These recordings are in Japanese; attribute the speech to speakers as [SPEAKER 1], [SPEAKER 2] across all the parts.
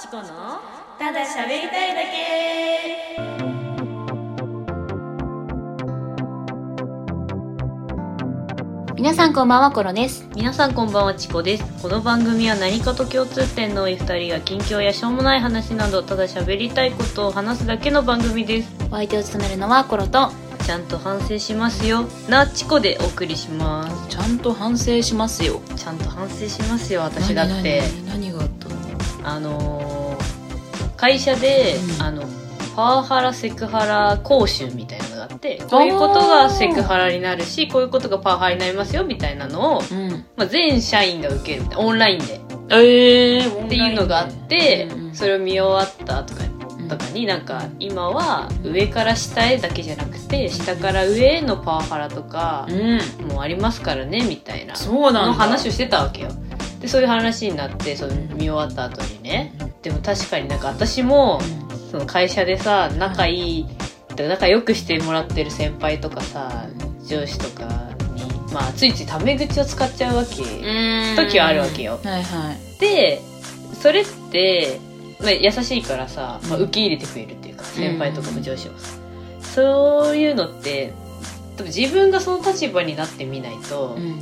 [SPEAKER 1] チコのただ喋りたいだけ
[SPEAKER 2] 皆さんこんばんはコロです
[SPEAKER 1] 皆さんこんばんはチコですこの番組は何かと共通点の多い二人が近況やしょうもない話などただ喋りたいことを話すだけの番組です
[SPEAKER 2] お相手を務めるのはコロと
[SPEAKER 1] ちゃんと反省しますよなチコでお送りしま
[SPEAKER 2] ちゃんと反省しますよ
[SPEAKER 1] すちゃんと反省しますよ私だって
[SPEAKER 2] 何何何があったの
[SPEAKER 1] あのー会社で、
[SPEAKER 2] うん
[SPEAKER 1] あのパワハラセクハラ講習みたいなのがあってこういうことがセクハラになるしこういうことがパワハラになりますよみたいなのを、
[SPEAKER 2] うん
[SPEAKER 1] まあ、全社員が受けるみたいなオンラインで
[SPEAKER 2] ええー、
[SPEAKER 1] っていうのがあって、そ
[SPEAKER 2] れ
[SPEAKER 1] れを見終わったとかとかになんか今は上から下へだけじゃなくて下から上へのパワハラとか
[SPEAKER 2] うん
[SPEAKER 1] もうありますからねみたいな
[SPEAKER 2] そうなんだ
[SPEAKER 1] の話をしてたわけよでそういう話になってその見終わった後にねでも確かになんか私もその会社でさ仲いい仲良くしてもらってる先輩とかさ上司とかにまあついついタメ口を使っちゃうわけ、
[SPEAKER 2] うん
[SPEAKER 1] 時はあるわけよ
[SPEAKER 2] はいはい
[SPEAKER 1] でそれって、まあ、優しいからさ、まあ、受け入れてくれるっていうか先輩とかも上司もさ、そういうのって多分自分がその立場になってみないと
[SPEAKER 2] うん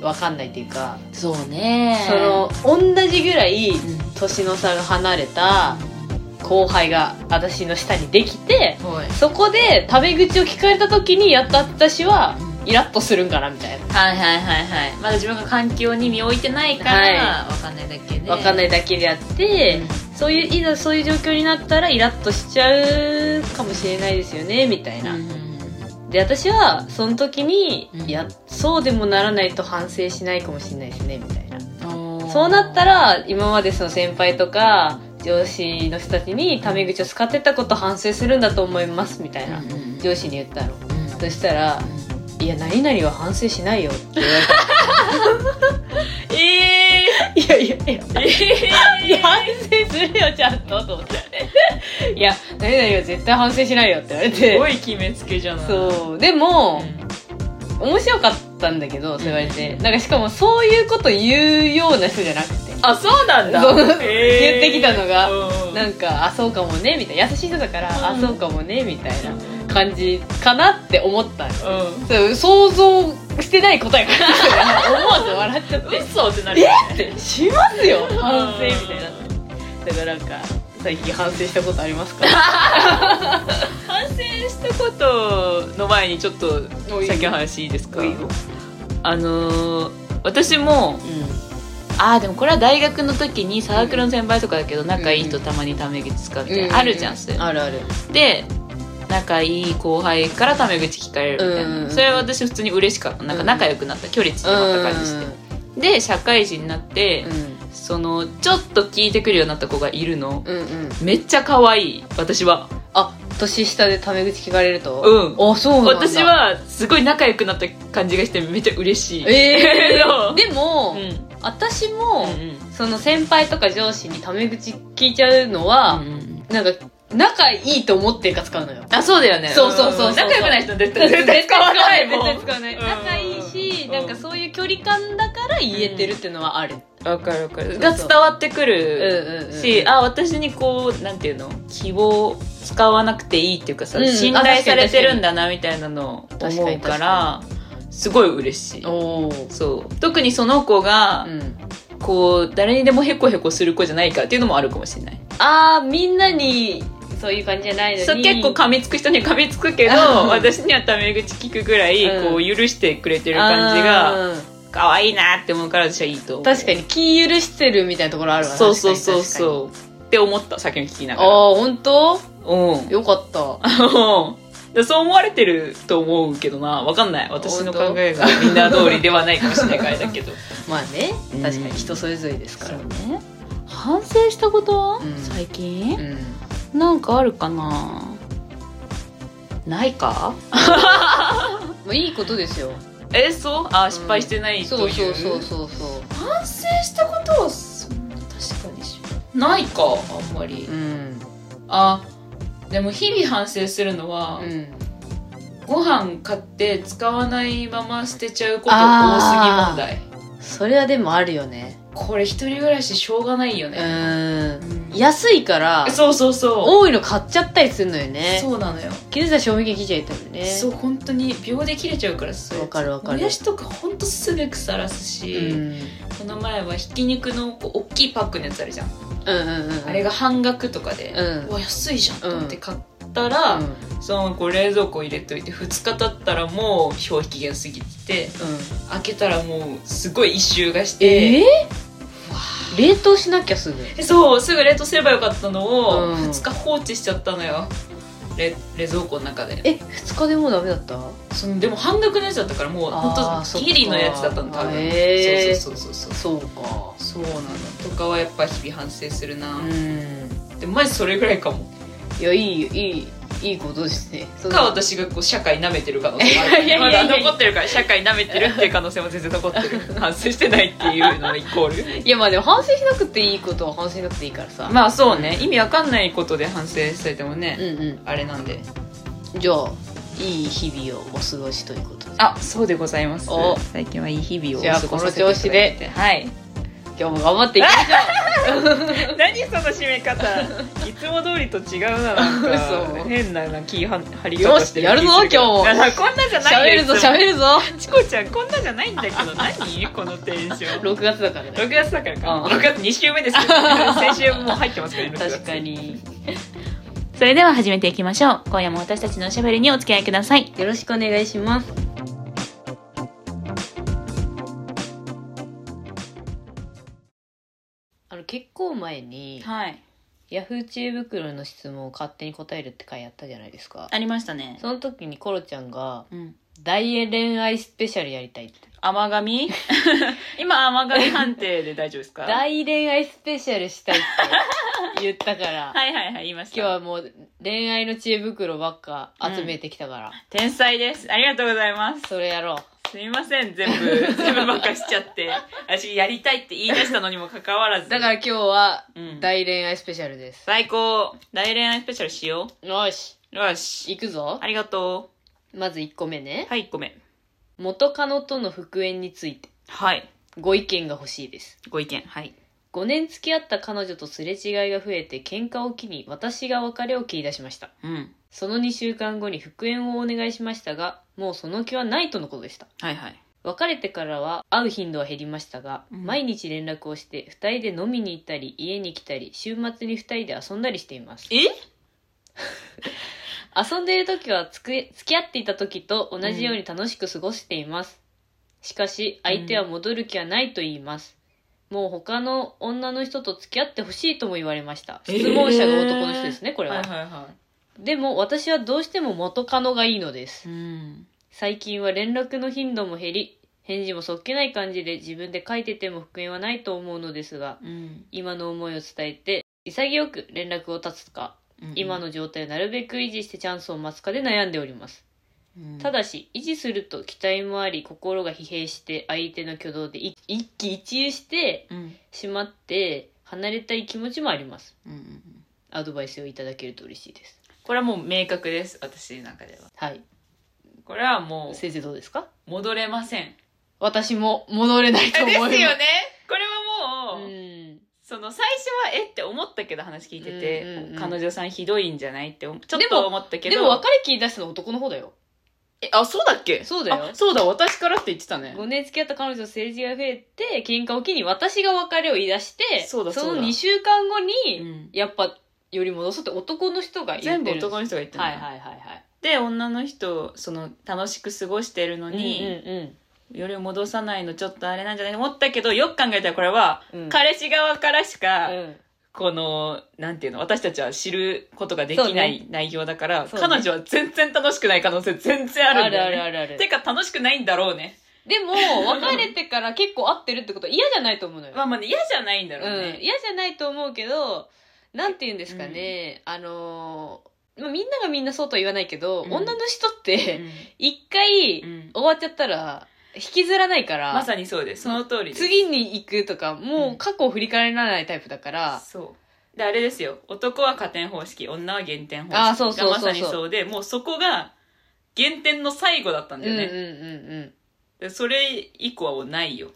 [SPEAKER 1] 分かんないっていうか、
[SPEAKER 2] そうね
[SPEAKER 1] その同じぐらい
[SPEAKER 2] うん
[SPEAKER 1] 年の差が離れた後輩が私の下にできて
[SPEAKER 2] はい
[SPEAKER 1] そこでタメ口を聞かれた時にやった私はイラッとするんかなみたいな
[SPEAKER 2] はいはいはいはいまだ自分が環境に身を置いてないから、わかんないだけで
[SPEAKER 1] 分かんないいだけであって、そういういざそういう状況になったらイラッとしちゃうかもしれないですよねみたいな、で私はその時に、
[SPEAKER 2] うん
[SPEAKER 1] いやそうでもならないと反省しないかもしれないですねみたいなそうなったら今までその先輩とか上司の人たちにタメ口を使ってたこと反省するんだと思いますみたいな、上司に言ったのそしたら「いや何々は反省しないよ」って言われ た
[SPEAKER 2] ええ
[SPEAKER 1] いやいやいや、いや反省するよちゃんとと思っていや何々は絶対反省しないよって言われ
[SPEAKER 2] ー、すご
[SPEAKER 1] て
[SPEAKER 2] い決めつけじゃない
[SPEAKER 1] そうでも、
[SPEAKER 2] う
[SPEAKER 1] 面白かったんだけどそう言われてなんかしかもそういうこと言うような人じゃなくて
[SPEAKER 2] あそうなんだ
[SPEAKER 1] そう
[SPEAKER 2] えー
[SPEAKER 1] 言ってきたのが
[SPEAKER 2] うん
[SPEAKER 1] なんかあそうかもねみたいな優しい人だから、
[SPEAKER 2] う
[SPEAKER 1] あ
[SPEAKER 2] ん
[SPEAKER 1] そうかもねみたいな感じかなって思ったんです
[SPEAKER 2] う
[SPEAKER 1] そう想像してない答えが返ってきたから思わず笑っちゃって
[SPEAKER 2] ん 嘘ってなるよ
[SPEAKER 1] えっ
[SPEAKER 2] ね
[SPEAKER 1] てしますよ反省みたいになって
[SPEAKER 2] な
[SPEAKER 1] だからなんか最近反省したことありま すか
[SPEAKER 2] 反省したことの前にちょっと
[SPEAKER 1] おい
[SPEAKER 2] さっきの話いいですか
[SPEAKER 1] おいよ
[SPEAKER 2] あのー私も
[SPEAKER 1] う
[SPEAKER 2] ああでもこれは大学の時にサークルの先輩とかだけど仲いい人たまにタメ口使って、あるじゃんそれ
[SPEAKER 1] あるある
[SPEAKER 2] で仲いい後輩からタメ口聞かれるみたいな、
[SPEAKER 1] うんうん
[SPEAKER 2] それは私普通に嬉しかったなんか仲良くなった、距離縮まった感じして、で社会人になって、そのちょっと聞いてくるようになった子がいるの、
[SPEAKER 1] うんうん
[SPEAKER 2] めっちゃ可愛い私は
[SPEAKER 1] あ年下でタメ口聞かれると
[SPEAKER 2] うん
[SPEAKER 1] あそうなんだ
[SPEAKER 2] 私はすごい仲良くなった感じがしてめっちゃ嬉しい
[SPEAKER 1] え え
[SPEAKER 2] そう
[SPEAKER 1] でも、
[SPEAKER 2] うん
[SPEAKER 1] 私
[SPEAKER 2] う
[SPEAKER 1] も、
[SPEAKER 2] ん
[SPEAKER 1] その先輩とか上司にタメ口聞いちゃうのは、
[SPEAKER 2] うん
[SPEAKER 1] なんか仲いいと思ってるから使うのよ
[SPEAKER 2] あそうだよね
[SPEAKER 1] そうそうそうそうん
[SPEAKER 2] 仲良くない人は絶対
[SPEAKER 1] 絶
[SPEAKER 2] 絶対
[SPEAKER 1] 対
[SPEAKER 2] 使
[SPEAKER 1] 使わ
[SPEAKER 2] わな
[SPEAKER 1] ないい
[SPEAKER 2] もん
[SPEAKER 1] 絶対使わない
[SPEAKER 2] うん
[SPEAKER 1] 仲いいし、
[SPEAKER 2] うん
[SPEAKER 1] なんかそういう距離感だから言えてるっていうのはある、
[SPEAKER 2] わかるわか
[SPEAKER 1] そう
[SPEAKER 2] るが伝わってく
[SPEAKER 1] うん
[SPEAKER 2] る
[SPEAKER 1] うん
[SPEAKER 2] し、あ私にこうなんていうの希望使わなくていいっていうかさ、
[SPEAKER 1] うん
[SPEAKER 2] 信
[SPEAKER 1] あ
[SPEAKER 2] 頼
[SPEAKER 1] 確か
[SPEAKER 2] さ
[SPEAKER 1] に
[SPEAKER 2] れてるんだなみたいなのを
[SPEAKER 1] 確か
[SPEAKER 2] 思う
[SPEAKER 1] に
[SPEAKER 2] からすごい嬉しい
[SPEAKER 1] おお
[SPEAKER 2] そう特にその子が、
[SPEAKER 1] うん、
[SPEAKER 2] こう誰にでもヘコヘコする子じゃないかっていうのもあるかもしれない
[SPEAKER 1] あーみんなにそういう感じじゃないのに
[SPEAKER 2] そう結構噛みつく人には噛みつくけど私にはタメ口聞くぐらい
[SPEAKER 1] うん
[SPEAKER 2] こう許してくれてる感じが
[SPEAKER 1] あー
[SPEAKER 2] 可愛いなって思うから私はいいと思う
[SPEAKER 1] 確かに気許してるみたいなところあるわ
[SPEAKER 2] そうそうそう
[SPEAKER 1] う
[SPEAKER 2] そうって思った先の聞きな
[SPEAKER 1] あ
[SPEAKER 2] がら
[SPEAKER 1] あー本当
[SPEAKER 2] うん
[SPEAKER 1] よかった
[SPEAKER 2] うんそう思われてると思うけどなわかんない私の考えがみんな通りではないかもしれないからあれだけど
[SPEAKER 1] まあね
[SPEAKER 2] うん
[SPEAKER 1] 確かに人それぞれですから、
[SPEAKER 2] ね反省したことは
[SPEAKER 1] うん
[SPEAKER 2] 近
[SPEAKER 1] うん
[SPEAKER 2] なんかあるかなないか
[SPEAKER 1] まあ、いいことですよ
[SPEAKER 2] えそうあ失敗してないという、
[SPEAKER 1] そうそうそうそうそ
[SPEAKER 2] 反省したことはそんな確かにしないかあんまり
[SPEAKER 1] ううん
[SPEAKER 2] あでも日々反省するのは、
[SPEAKER 1] うん
[SPEAKER 2] ご飯買って使わないまま捨てちゃうこと多すぎ問題
[SPEAKER 1] それはでもあるよね
[SPEAKER 2] これ一人暮らししょうがないよ
[SPEAKER 1] う
[SPEAKER 2] ね、
[SPEAKER 1] ーん安いから
[SPEAKER 2] そうそうそう
[SPEAKER 1] 多いの買っちゃったりするのよね
[SPEAKER 2] そうなのよ
[SPEAKER 1] 気づいたら賞味期限切ちゃいたのよね
[SPEAKER 2] そう本当に秒で切れちゃうからそういうやつ
[SPEAKER 1] わかるわかる
[SPEAKER 2] もやしとか本当すぐ腐らす
[SPEAKER 1] う
[SPEAKER 2] し、
[SPEAKER 1] ん、
[SPEAKER 2] この前はひき肉のこう大きいパックのやつあるじゃん、
[SPEAKER 1] うんうんうん
[SPEAKER 2] あれが半額とかで、
[SPEAKER 1] うん
[SPEAKER 2] うわ安いじゃんと思って買ったら、
[SPEAKER 1] うん
[SPEAKER 2] そのこう冷蔵庫入れといて2日経ったらもう消費期限過ぎてて開けたらもうすごい一周がして、
[SPEAKER 1] えー冷凍しなきゃすぐ
[SPEAKER 2] そうすぐ冷凍すればよかったのを
[SPEAKER 1] うん
[SPEAKER 2] 2日放置しちゃったのよれ冷蔵庫の中で
[SPEAKER 1] え二日でもうダメだった
[SPEAKER 2] そのでも半額のやつだったからもう本
[SPEAKER 1] あーそ
[SPEAKER 2] 当
[SPEAKER 1] っか
[SPEAKER 2] ギリのやつだったの多分、
[SPEAKER 1] へー
[SPEAKER 2] そうそうそうそう
[SPEAKER 1] そうか
[SPEAKER 2] そうなのとかはやっぱ日々反省するな
[SPEAKER 1] う、ん
[SPEAKER 2] でマジそれぐらいかも
[SPEAKER 1] いやいいよいいいいことですねそ
[SPEAKER 2] か
[SPEAKER 1] の
[SPEAKER 2] 私がこう社会舐めてる可能性もある
[SPEAKER 1] いやいや
[SPEAKER 2] ま
[SPEAKER 1] いや
[SPEAKER 2] だ残ってるから社会舐めてるっていう可能性も全然残って る反省してないっていうのイコール
[SPEAKER 1] いやまあでも反省しなくていいことは反省しなくていいからさ、
[SPEAKER 2] まあそうね意味わかんないことで反省されてもね、
[SPEAKER 1] うんう
[SPEAKER 2] あれなんで
[SPEAKER 1] んじゃあいい日々をお過ごしということで
[SPEAKER 2] あそうでございます
[SPEAKER 1] お
[SPEAKER 2] 最近はいい日々を
[SPEAKER 1] じゃあ
[SPEAKER 2] お過ごしさせていただいて
[SPEAKER 1] こ
[SPEAKER 2] はい
[SPEAKER 1] 今日も頑張っていきまし
[SPEAKER 2] 何その締め 方いつも通りと違うななんか
[SPEAKER 1] 嘘
[SPEAKER 2] 変なな気は張り方して
[SPEAKER 1] よしやるぞ
[SPEAKER 2] 気すけど
[SPEAKER 1] 今日も
[SPEAKER 2] いやこんなじゃ
[SPEAKER 1] ょう 喋
[SPEAKER 2] ない
[SPEAKER 1] るぞ
[SPEAKER 2] いつも
[SPEAKER 1] 喋るぞ
[SPEAKER 2] チコちゃんこんなじゃないんだけど何このテンション
[SPEAKER 1] 6月だから
[SPEAKER 2] 6
[SPEAKER 1] ね
[SPEAKER 2] 月だからか、
[SPEAKER 1] うん
[SPEAKER 2] 6月2週目ですけど 先週もう入ってますからね6月
[SPEAKER 1] 確かに
[SPEAKER 2] それでは始めていきましょう今夜も私たちのおしゃべりにお付き合いください
[SPEAKER 1] よろしくお願いしますあの結構前に
[SPEAKER 2] はい
[SPEAKER 1] ヤフー知恵袋の質問を勝手に答えるって回やったじゃないですか
[SPEAKER 2] ありましたね
[SPEAKER 1] その時にコロちゃんが
[SPEAKER 2] うん
[SPEAKER 1] 「大英恋愛スペシャルやりたい」って
[SPEAKER 2] 甘噛 み今甘噛み判定で 大丈夫です
[SPEAKER 1] 「
[SPEAKER 2] かは
[SPEAKER 1] 大恋愛スペシャルしたい」って言ったから
[SPEAKER 2] いはいはい言いました
[SPEAKER 1] 今日はもう恋愛の知恵袋ばっか集めてきたから、
[SPEAKER 2] 天才ですありがとうございます
[SPEAKER 1] それやろう
[SPEAKER 2] すみません全 部全部ばっかしちゃって私やりたいって言い出したのにもかかわらず
[SPEAKER 1] だから今日は
[SPEAKER 2] うん
[SPEAKER 1] 大恋愛スペシャルです、
[SPEAKER 2] 最高大恋愛スペシャルしよ
[SPEAKER 1] よし
[SPEAKER 2] うよし
[SPEAKER 1] 行くぞ
[SPEAKER 2] ありがと
[SPEAKER 1] まず1個目ね
[SPEAKER 2] うはい1個目
[SPEAKER 1] 元カノとの復縁について
[SPEAKER 2] はい
[SPEAKER 1] ご意見が欲しいです
[SPEAKER 2] ご意見はい
[SPEAKER 1] 5年付き合った彼女とすれ違いが増えて喧嘩を機に私が別れを切り出しました
[SPEAKER 2] うん
[SPEAKER 1] その2週間後に復縁をお願いしましたがもうその気はないとのことでした
[SPEAKER 2] はいはい
[SPEAKER 1] 別れてからは会う頻度は減りましたが、
[SPEAKER 2] うん
[SPEAKER 1] 毎日連絡をして2人で飲みに行ったり家に来たり週末に2人で遊んだりしています
[SPEAKER 2] え
[SPEAKER 1] 遊んでいる時はつく付き合っていた時と同じように楽しく過ごしています、しかし相手は戻る気はないと言います、もう他の女の人と付き合ってほしいとも言われました
[SPEAKER 2] えー
[SPEAKER 1] 質問者が男の人ですね、これは、
[SPEAKER 2] はいはいは
[SPEAKER 1] でも私はどうしても元カノがいいのです
[SPEAKER 2] いうん
[SPEAKER 1] 最近は連絡の頻度も減り返事もそっけない感じで自分で書いてても復縁はないと思うのですが
[SPEAKER 2] うん
[SPEAKER 1] 今の思いを伝えて潔く連絡を断つか今の状態をなるべく維持してチャンスを待つかで悩んでおりますただし維持すると期待もあり心が疲弊して相手の挙動でい一喜一憂して
[SPEAKER 2] うん
[SPEAKER 1] しまって離れたい気持ちもあります
[SPEAKER 2] うんうん
[SPEAKER 1] アドバイスをいただけると嬉しいです
[SPEAKER 2] これはもう明確です私の中では
[SPEAKER 1] はい
[SPEAKER 2] これはも
[SPEAKER 1] 先生どうですか
[SPEAKER 2] う戻れません
[SPEAKER 1] 私も戻れないと思います
[SPEAKER 2] ねこれはもう、
[SPEAKER 1] うん
[SPEAKER 2] その最初はえって思ったけど話聞いてて、
[SPEAKER 1] うんうんうん
[SPEAKER 2] 彼女さんひどいんじゃないって思ちょっ
[SPEAKER 1] でも
[SPEAKER 2] と思ったけど
[SPEAKER 1] でも別れ切り出したの男の方だよ
[SPEAKER 2] えあそうだっけ
[SPEAKER 1] そうだよ
[SPEAKER 2] あそうだ私からって言ってたね
[SPEAKER 1] 5年付き合った彼女と政治が増えて喧嘩を機に私が別れを言い出して
[SPEAKER 2] そうだそうだ
[SPEAKER 1] の2週間後
[SPEAKER 2] う
[SPEAKER 1] に、
[SPEAKER 2] ん
[SPEAKER 1] やっぱより戻そうって男の人が言ってる
[SPEAKER 2] 全部男
[SPEAKER 1] の
[SPEAKER 2] の人が言ってる
[SPEAKER 1] 人はいはいはいはい
[SPEAKER 2] で女の人その楽しく過ごしてるのに、
[SPEAKER 1] うん
[SPEAKER 2] より戻さないのちょっとあれなんじゃないと思ったけどよく考えたらこれは、
[SPEAKER 1] うんうん
[SPEAKER 2] 彼氏側からしか、
[SPEAKER 1] うん
[SPEAKER 2] このなんていうの私たちは知ることができない内容だから、
[SPEAKER 1] そうね
[SPEAKER 2] 彼女は全然楽しくない可能性全然あ
[SPEAKER 1] あ
[SPEAKER 2] るん
[SPEAKER 1] る
[SPEAKER 2] だ
[SPEAKER 1] あ
[SPEAKER 2] よ、ね、
[SPEAKER 1] るあるある
[SPEAKER 2] てか楽しくないんだろうね
[SPEAKER 1] でも別れてから結構会ってるってことは嫌じゃないと思うのよ、
[SPEAKER 2] まあまあね嫌じゃないんだろう
[SPEAKER 1] うん、
[SPEAKER 2] ね、
[SPEAKER 1] 嫌じゃないと思うけどなんて言うんですかね、あのーまあみんながみんなそうとは言わないけど、
[SPEAKER 2] うん
[SPEAKER 1] 女の人っ
[SPEAKER 2] う
[SPEAKER 1] て
[SPEAKER 2] ん
[SPEAKER 1] 一回
[SPEAKER 2] うん
[SPEAKER 1] 終わっちゃったら引きずらないから、
[SPEAKER 2] まさにそうですその通りです
[SPEAKER 1] 次に行くとかもう過去を振り返らないタイプだから、
[SPEAKER 2] そうであれですよ男は加点方式女は減点方式
[SPEAKER 1] あーそうそうそ
[SPEAKER 2] がま
[SPEAKER 1] う
[SPEAKER 2] さにそうでもうそこが減点の最後だった
[SPEAKER 1] うんん
[SPEAKER 2] だ
[SPEAKER 1] うん
[SPEAKER 2] よね、
[SPEAKER 1] うんうん
[SPEAKER 2] でそれ以降はもうないよ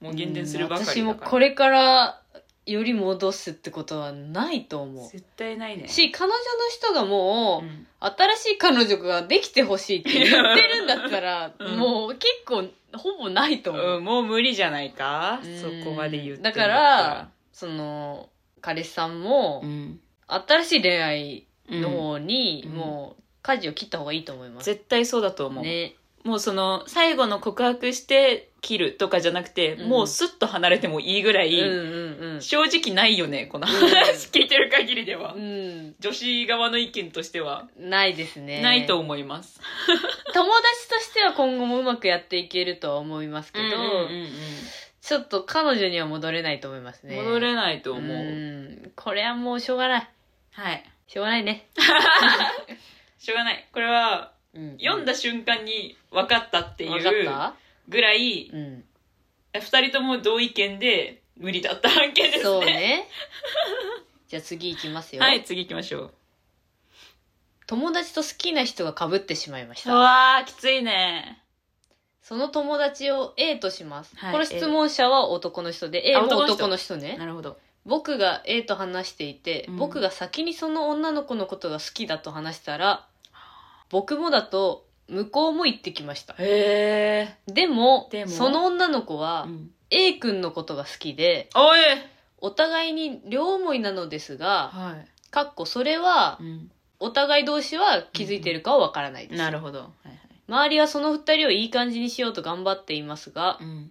[SPEAKER 2] もう減点するばかりだから
[SPEAKER 1] 私もこれからより戻すってことはないと思
[SPEAKER 2] 絶対ないね
[SPEAKER 1] う。し、彼女の人がも
[SPEAKER 2] う
[SPEAKER 1] う、
[SPEAKER 2] ん、
[SPEAKER 1] 新しい彼女ができてほしいって言ってるんだったら
[SPEAKER 2] うん
[SPEAKER 1] もう結構、ほぼないと思う。
[SPEAKER 2] うんもう無理じゃないか
[SPEAKER 1] うん
[SPEAKER 2] そこまで言ってん
[SPEAKER 1] だから、その、彼氏さんも、
[SPEAKER 2] うん
[SPEAKER 1] 新しい恋愛の
[SPEAKER 2] うん
[SPEAKER 1] 方に、
[SPEAKER 2] うん
[SPEAKER 1] もう、舵を切った方がいいと思います。
[SPEAKER 2] 絶対そうだと思う
[SPEAKER 1] ね。
[SPEAKER 2] もうその最後の告白して切るとかじゃなくて
[SPEAKER 1] うん
[SPEAKER 2] もうスッと離れてもいいぐら
[SPEAKER 1] うん
[SPEAKER 2] い
[SPEAKER 1] うん
[SPEAKER 2] 正直ないよねこの話聞いてる限りでは
[SPEAKER 1] うん。
[SPEAKER 2] 女子側の意見としては
[SPEAKER 1] うん。ないですね。
[SPEAKER 2] ないと思います
[SPEAKER 1] 友達としては今後もうまくやっていけるとは思いますけ
[SPEAKER 2] け
[SPEAKER 1] ど、
[SPEAKER 2] ど
[SPEAKER 1] ちょっと彼女には戻れないと思いますね。。
[SPEAKER 2] 戻れないと思うん
[SPEAKER 1] これはもうしょうがない。
[SPEAKER 2] はい
[SPEAKER 1] しょうがないね。
[SPEAKER 2] しょうがないこれは
[SPEAKER 1] うん
[SPEAKER 2] 読んだ瞬間に分かったってい
[SPEAKER 1] わか
[SPEAKER 2] う
[SPEAKER 1] っ
[SPEAKER 2] ぐらい
[SPEAKER 1] たうん。
[SPEAKER 2] 二人とも同意見で無理だった案件ですね
[SPEAKER 1] そうね。じゃあ次行きますよ。
[SPEAKER 2] はい次行きましょう
[SPEAKER 1] 友達と好きな人が被ってしまいま
[SPEAKER 2] う
[SPEAKER 1] した。
[SPEAKER 2] わーきついね
[SPEAKER 1] その友達を A とします。
[SPEAKER 2] はい
[SPEAKER 1] この質問者は男の人で、A
[SPEAKER 2] あ
[SPEAKER 1] も
[SPEAKER 2] 男の人
[SPEAKER 1] 男の人ね。
[SPEAKER 2] るほど
[SPEAKER 1] 僕が A と話していて、
[SPEAKER 2] うん
[SPEAKER 1] 僕が先にその女の子のことが好きだと話したら、僕もだと、向こうも言ってきました。
[SPEAKER 2] へえ
[SPEAKER 1] でも、
[SPEAKER 2] でも
[SPEAKER 1] その女の子は、A 君のことが好きで、
[SPEAKER 2] おい
[SPEAKER 1] お互いに両思いなのですが、
[SPEAKER 2] は
[SPEAKER 1] かっこそれは、お互い同士は気づいてるかはわからないです。
[SPEAKER 2] なるほど、はい
[SPEAKER 1] 周りはその二人をいい感じにしようと頑張っていますが
[SPEAKER 2] はい、うん、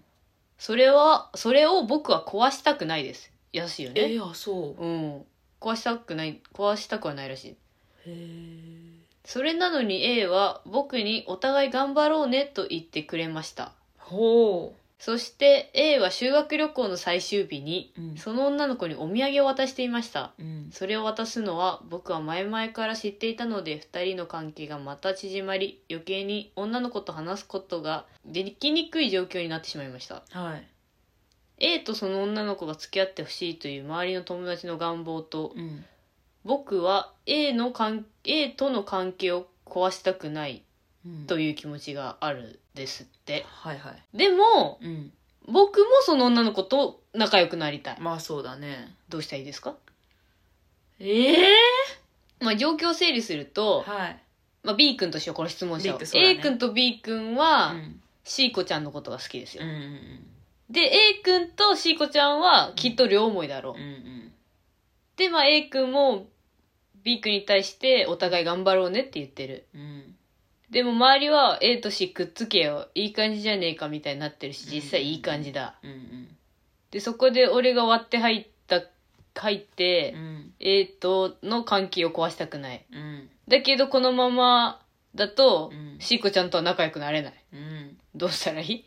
[SPEAKER 1] それは、それを僕は壊したくないです。安いよ
[SPEAKER 2] えい
[SPEAKER 1] ね。
[SPEAKER 2] やそう
[SPEAKER 1] うん。壊したくない、壊したくはないらしい。
[SPEAKER 2] へえ
[SPEAKER 1] それなのに A は僕にお互い頑張ろうねと言ってくれました。
[SPEAKER 2] ほ
[SPEAKER 1] そして A は修学旅行の最終日に
[SPEAKER 2] う、うん
[SPEAKER 1] その女の子にお土産を渡していました。
[SPEAKER 2] うん、
[SPEAKER 1] それを渡すのは僕は前々から知っていたので二人の関係がまた縮まり余計に女の子と話すことができにくい状況になってしまいました。
[SPEAKER 2] はい
[SPEAKER 1] A とその女の子が付き合ってほしいという周りの友達の願望と
[SPEAKER 2] うん
[SPEAKER 1] 僕は A, の関 A との関係を壊したくない
[SPEAKER 2] うん
[SPEAKER 1] という気持ちがあるですって。
[SPEAKER 2] はいはい
[SPEAKER 1] でも、
[SPEAKER 2] うん
[SPEAKER 1] 僕もその女の子と仲良くなりたい。
[SPEAKER 2] まあそうだね
[SPEAKER 1] どうしたらいいですか
[SPEAKER 2] ええ
[SPEAKER 1] まあ、状況を整理すると、
[SPEAKER 2] はい、
[SPEAKER 1] まあ、B 君としよう、この質問者を
[SPEAKER 2] B 君そうだね
[SPEAKER 1] A 君と B 君
[SPEAKER 2] う
[SPEAKER 1] は、
[SPEAKER 2] ん
[SPEAKER 1] C 子ちゃんのことが好きです
[SPEAKER 2] う
[SPEAKER 1] よ。
[SPEAKER 2] んうん
[SPEAKER 1] で、A 君と C 子ちゃんは、きっと両思いだろう。
[SPEAKER 2] うんうん
[SPEAKER 1] で、まあ、A 君も B 君に対して、お互い頑張ろうねって言ってる。
[SPEAKER 2] うん
[SPEAKER 1] でも、周りは A と C くっつけよ。いい感じじゃねえかみたいになってるし、実際いい感じだ。
[SPEAKER 2] うんうん
[SPEAKER 1] で、そこで俺が割って入った、入って、
[SPEAKER 2] うん
[SPEAKER 1] えーと、の関係を壊したくない。
[SPEAKER 2] うん
[SPEAKER 1] だけど、このままだと
[SPEAKER 2] う、ん
[SPEAKER 1] シーコちゃんとは仲良くなれない。
[SPEAKER 2] うん
[SPEAKER 1] どうしたらいい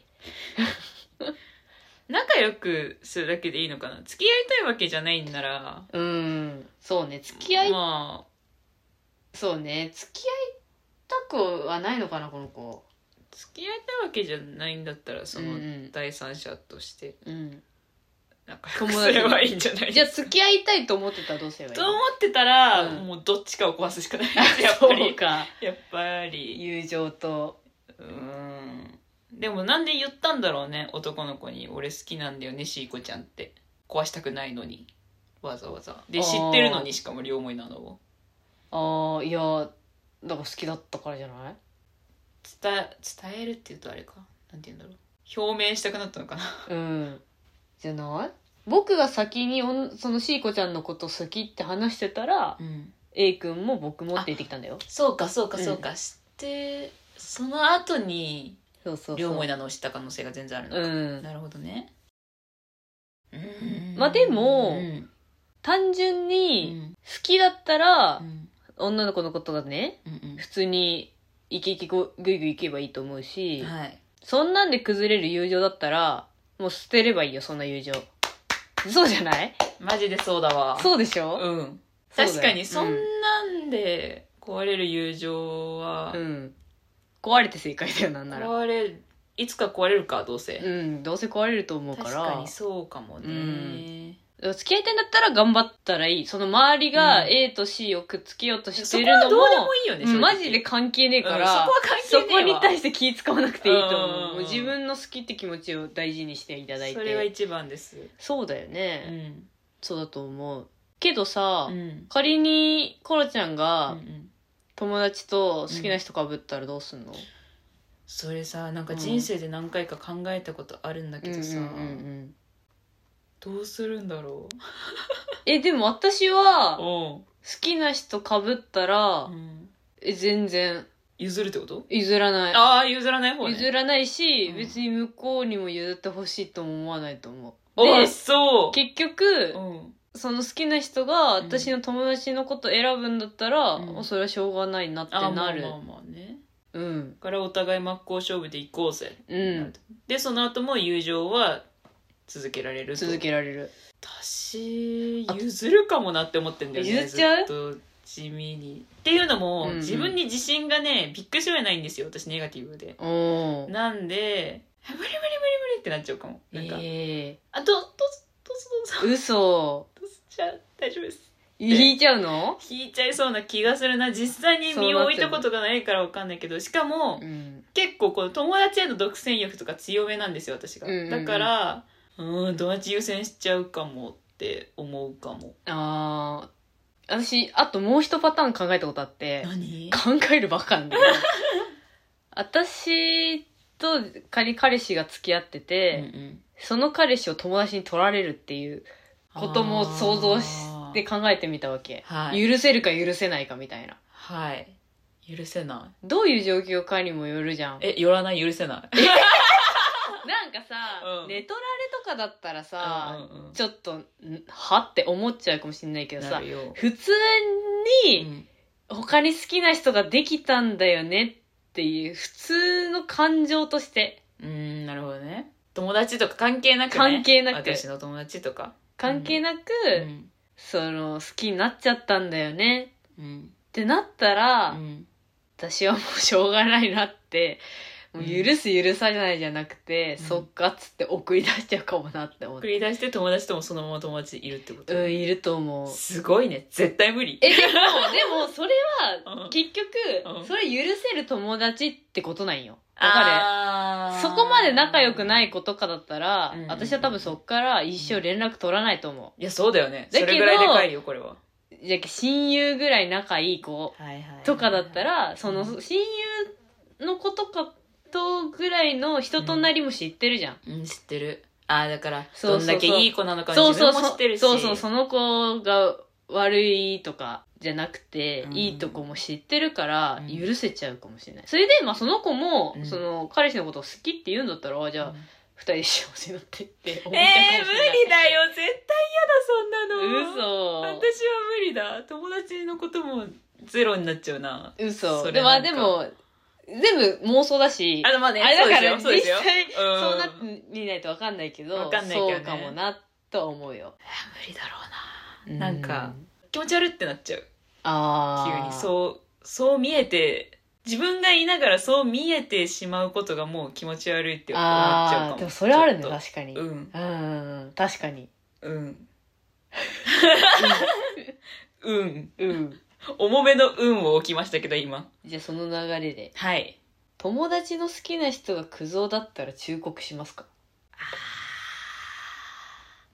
[SPEAKER 2] 仲良くするだけでいいのかな付き合いたいわけじゃないんなら
[SPEAKER 1] うーん。そうね、付き合い、
[SPEAKER 2] まあ
[SPEAKER 1] そうね、付き合いたくはないのかな、この子。
[SPEAKER 2] 付き合いたいわけじゃないんだったらそ
[SPEAKER 1] うんう
[SPEAKER 2] の
[SPEAKER 1] ん
[SPEAKER 2] 第三者として
[SPEAKER 1] うん。
[SPEAKER 2] 仲良くすればいいんじゃない
[SPEAKER 1] じゃあ、付き合いたいと思ってたらどうすればいい
[SPEAKER 2] と思ってたら、
[SPEAKER 1] うん
[SPEAKER 2] もうどっちかを壊すしかないです やっぱ
[SPEAKER 1] そう
[SPEAKER 2] り
[SPEAKER 1] か。
[SPEAKER 2] やっぱり
[SPEAKER 1] 友情と。
[SPEAKER 2] うーんでもなんで言ったんだろうね男の子に「俺好きなんだよねシーコちゃん」って壊したくないのにわざわざで
[SPEAKER 1] あー
[SPEAKER 2] 知ってるのにしかも両思いなのを
[SPEAKER 1] ああ、いや、だから好きだったからじゃない
[SPEAKER 2] 伝え伝えるって言うとあれかなんて言うんだろう表明したくなったのかな
[SPEAKER 1] うん。じゃない僕が先におんそのシーコちゃんのこと好きって話してたら、A 君も僕もって言ってきたんだよ。
[SPEAKER 2] そうかそうか
[SPEAKER 1] そう
[SPEAKER 2] か、知ってその後に
[SPEAKER 1] そうそうそう。
[SPEAKER 2] 両思いなのを知った可能性が全然あるの
[SPEAKER 1] うん。
[SPEAKER 2] なるほどね
[SPEAKER 1] まあでも
[SPEAKER 2] うん
[SPEAKER 1] 単純
[SPEAKER 2] う
[SPEAKER 1] に、
[SPEAKER 2] ん
[SPEAKER 1] 好きだったら、
[SPEAKER 2] うん
[SPEAKER 1] 女の子のことがね、
[SPEAKER 2] うん
[SPEAKER 1] 普通に、イケイケぐぐいぐい行けばいいと思う
[SPEAKER 2] う
[SPEAKER 1] し、
[SPEAKER 2] んはい
[SPEAKER 1] そんなんで崩れる友情だったら、もう捨てればいいよ、そんな友情。そうじゃない
[SPEAKER 2] マジでそうだわ
[SPEAKER 1] そうでしょ、
[SPEAKER 2] うん
[SPEAKER 1] そうだよ
[SPEAKER 2] 確かにそんなんで壊れる友情は
[SPEAKER 1] うん、壊れて正解だよ、なんなら。
[SPEAKER 2] 壊れるいつか壊れるかどうせ、
[SPEAKER 1] うん、どうせ壊れると思うか
[SPEAKER 2] 確
[SPEAKER 1] ら。
[SPEAKER 2] かにそうかもね、
[SPEAKER 1] うんだから付き合いたいんだったら頑張ったらいい。その周り
[SPEAKER 2] う
[SPEAKER 1] が
[SPEAKER 2] ん
[SPEAKER 1] A と C をくっつけようとし
[SPEAKER 2] そ
[SPEAKER 1] て
[SPEAKER 2] こ
[SPEAKER 1] る
[SPEAKER 2] は
[SPEAKER 1] の
[SPEAKER 2] ど
[SPEAKER 1] も
[SPEAKER 2] う、でもいいよね、
[SPEAKER 1] う
[SPEAKER 2] 正直
[SPEAKER 1] んマジで関係ねえから、
[SPEAKER 2] うんそこは関係ねえ
[SPEAKER 1] そこに
[SPEAKER 2] わ
[SPEAKER 1] 対して気使わなくていいと思う。
[SPEAKER 2] うん
[SPEAKER 1] もう自分の好きって気持ちを大事にしていただいて。
[SPEAKER 2] それが一番です
[SPEAKER 1] そうだよ
[SPEAKER 2] う
[SPEAKER 1] ね。
[SPEAKER 2] ん
[SPEAKER 1] そうだと思う。けどさ、
[SPEAKER 2] うん
[SPEAKER 1] 仮にコロちゃん
[SPEAKER 2] うんう
[SPEAKER 1] が
[SPEAKER 2] ん
[SPEAKER 1] 友達と好きな人かぶったらどうすんの、
[SPEAKER 2] それさなんか人生で何回か考えたことあるんだけどさ、
[SPEAKER 1] うんうんうんうん
[SPEAKER 2] どうするんだろ
[SPEAKER 1] え、でも私
[SPEAKER 2] う
[SPEAKER 1] は、
[SPEAKER 2] お
[SPEAKER 1] 好きな人かぶった
[SPEAKER 2] う
[SPEAKER 1] ら、
[SPEAKER 2] ん
[SPEAKER 1] え全然
[SPEAKER 2] 譲るってこと
[SPEAKER 1] 譲らない。
[SPEAKER 2] ああ譲らない方ね
[SPEAKER 1] 譲らないし、
[SPEAKER 2] うん
[SPEAKER 1] 別に向こうにも譲ってほしいとも思わないと思う。
[SPEAKER 2] あ
[SPEAKER 1] で
[SPEAKER 2] あ、そう
[SPEAKER 1] 結局、
[SPEAKER 2] うん
[SPEAKER 1] その好きな人が
[SPEAKER 2] うん
[SPEAKER 1] 私の友達のこと選ぶんだったら、
[SPEAKER 2] うん
[SPEAKER 1] もうそれはしょうがないなって
[SPEAKER 2] ああ
[SPEAKER 1] なる。
[SPEAKER 2] まあまあまあね
[SPEAKER 1] うん。
[SPEAKER 2] だからお互い真っ向勝負で行こうぜ、
[SPEAKER 1] うん。
[SPEAKER 2] でその後も友情は続けられると
[SPEAKER 1] 続けられる。
[SPEAKER 2] 私譲るかもなって思ってんだよね
[SPEAKER 1] 譲っちゃう
[SPEAKER 2] ずっと地味にっていうのも、
[SPEAKER 1] うんうん
[SPEAKER 2] 自分に自信がねびっくりしはないんですよ私ネガティブで
[SPEAKER 1] おー。
[SPEAKER 2] なんであ無理無理無理無理ってなっちゃうかもなんか、
[SPEAKER 1] え
[SPEAKER 2] あどどうぞどうぞどうぞ
[SPEAKER 1] ー、嘘。
[SPEAKER 2] どうぞじゃあ大丈夫です
[SPEAKER 1] 引いちゃうの
[SPEAKER 2] 引いちゃいそうな気がするな実際に身を置いたことがないからわかんないけどしかも、
[SPEAKER 1] うん。
[SPEAKER 2] 結構この友達への独占欲とか強めなんですよ私が、
[SPEAKER 1] うんうんう
[SPEAKER 2] だ
[SPEAKER 1] ん
[SPEAKER 2] からうん友達優先しちゃうかもって思うかも
[SPEAKER 1] あー。私、あともう一パターン考えたことあって。
[SPEAKER 2] 何
[SPEAKER 1] 考えるばっかなんだよ私と仮彼氏が付き合ってて、その彼氏を友達に取られるっていうことも想像して考えてみたわけ、
[SPEAKER 2] はい、
[SPEAKER 1] 許せるか許せないかみたいな
[SPEAKER 2] はい、許せな
[SPEAKER 1] どういう状況かにもよるじゃ
[SPEAKER 2] い
[SPEAKER 1] ん
[SPEAKER 2] え寄らない許せない
[SPEAKER 1] なんかさ、
[SPEAKER 2] うん
[SPEAKER 1] 寝取られとかだったらさ、
[SPEAKER 2] うんうんうん
[SPEAKER 1] ちょっとんはって思っちゃうかもしれないけど
[SPEAKER 2] な
[SPEAKER 1] さ
[SPEAKER 2] るよ
[SPEAKER 1] 普通に、
[SPEAKER 2] うん
[SPEAKER 1] 他に好きな人ができたんだよねっていう普通の感情として
[SPEAKER 2] うんなるほどね友達とか関係なく、ね、
[SPEAKER 1] 関係なく
[SPEAKER 2] 私の友達とか
[SPEAKER 1] 関係なく、
[SPEAKER 2] うん
[SPEAKER 1] その好きになっちゃったんだよね
[SPEAKER 2] うん
[SPEAKER 1] ってなったら、
[SPEAKER 2] うん
[SPEAKER 1] 私はもうしょうがないなってもう許す許さないじゃなくて、
[SPEAKER 2] うん
[SPEAKER 1] そっかっつって送り出しちゃうかもなって思っ
[SPEAKER 2] 繰
[SPEAKER 1] て、
[SPEAKER 2] り出して友達ともそのまま友達いるってこと、
[SPEAKER 1] うん、いると思う
[SPEAKER 2] すごいね絶対無理
[SPEAKER 1] えでもでもそれ
[SPEAKER 2] う
[SPEAKER 1] は
[SPEAKER 2] ん
[SPEAKER 1] 結局、
[SPEAKER 2] うん
[SPEAKER 1] それ許せる友達ってことなんよわ
[SPEAKER 2] あ
[SPEAKER 1] かる
[SPEAKER 2] ー
[SPEAKER 1] そこまで仲良くない子とかだったら、
[SPEAKER 2] うん
[SPEAKER 1] 私は多分そっから一生連絡取らないと思
[SPEAKER 2] いや、そうだよね。
[SPEAKER 1] だ
[SPEAKER 2] そ
[SPEAKER 1] けど
[SPEAKER 2] れぐらいでかいよ、これは。
[SPEAKER 1] うじゃあ親友ぐらい仲いい子
[SPEAKER 2] はいはい
[SPEAKER 1] とかだった、ら、そ
[SPEAKER 2] う
[SPEAKER 1] の
[SPEAKER 2] ん
[SPEAKER 1] 親友の子とかとぐらいの人となりも知ってるじゃん。
[SPEAKER 2] うん、知ってる。ああ、だから、
[SPEAKER 1] そう
[SPEAKER 2] ど
[SPEAKER 1] そ
[SPEAKER 2] ん
[SPEAKER 1] うそう
[SPEAKER 2] だけいい子なのか
[SPEAKER 1] そう
[SPEAKER 2] 自
[SPEAKER 1] そう
[SPEAKER 2] 分
[SPEAKER 1] そ
[SPEAKER 2] も
[SPEAKER 1] う
[SPEAKER 2] 知ってるし。
[SPEAKER 1] そうそう、その子が悪いとかじゃなくて、
[SPEAKER 2] うん
[SPEAKER 1] いいとこも知ってるから、
[SPEAKER 2] うん
[SPEAKER 1] 許せちゃうかもしれない。それで、まあその子も、
[SPEAKER 2] うん
[SPEAKER 1] その彼氏のことを好きって言うんだったら、あじゃあ
[SPEAKER 2] うん
[SPEAKER 1] 二人で幸せになってって思っ
[SPEAKER 2] え
[SPEAKER 1] ちゃ
[SPEAKER 2] え
[SPEAKER 1] う
[SPEAKER 2] ー、
[SPEAKER 1] か
[SPEAKER 2] 無
[SPEAKER 1] もしれない。
[SPEAKER 2] 理だよ。絶対嫌だ、そんなの。私は
[SPEAKER 1] 嘘。
[SPEAKER 2] 無理だ。友達のこともゼロになっちゃうな。そ
[SPEAKER 1] 嘘。
[SPEAKER 2] れ
[SPEAKER 1] でも、
[SPEAKER 2] な
[SPEAKER 1] あ
[SPEAKER 2] んか
[SPEAKER 1] でも、全部妄想だし、
[SPEAKER 2] あの、まあね、
[SPEAKER 1] あれだから
[SPEAKER 2] そうですよ。
[SPEAKER 1] 実
[SPEAKER 2] そ
[SPEAKER 1] 際
[SPEAKER 2] う
[SPEAKER 1] そうなっ
[SPEAKER 2] 無
[SPEAKER 1] てみないと分かんないけど
[SPEAKER 2] わかんないけどね
[SPEAKER 1] そうかもなとは思うよ
[SPEAKER 2] 理だろうな。なんか、気持ち悪ってなっちゃう。急
[SPEAKER 1] あ
[SPEAKER 2] に。
[SPEAKER 1] あ
[SPEAKER 2] そう、そう見えて、自分がいながらそう見えてしまうことがもう気持ち悪いって思っちゃうか
[SPEAKER 1] あ
[SPEAKER 2] も。
[SPEAKER 1] ーでもそれはあるね
[SPEAKER 2] ちょっと
[SPEAKER 1] 確かに、
[SPEAKER 2] うん。
[SPEAKER 1] うんうんうん確かに
[SPEAKER 2] うん。 うん。
[SPEAKER 1] うん
[SPEAKER 2] 重めの運を置きましたけど、今。
[SPEAKER 1] じゃあその流れで
[SPEAKER 2] はい。
[SPEAKER 1] 友達の好きな人がクズ男だったら忠告しますか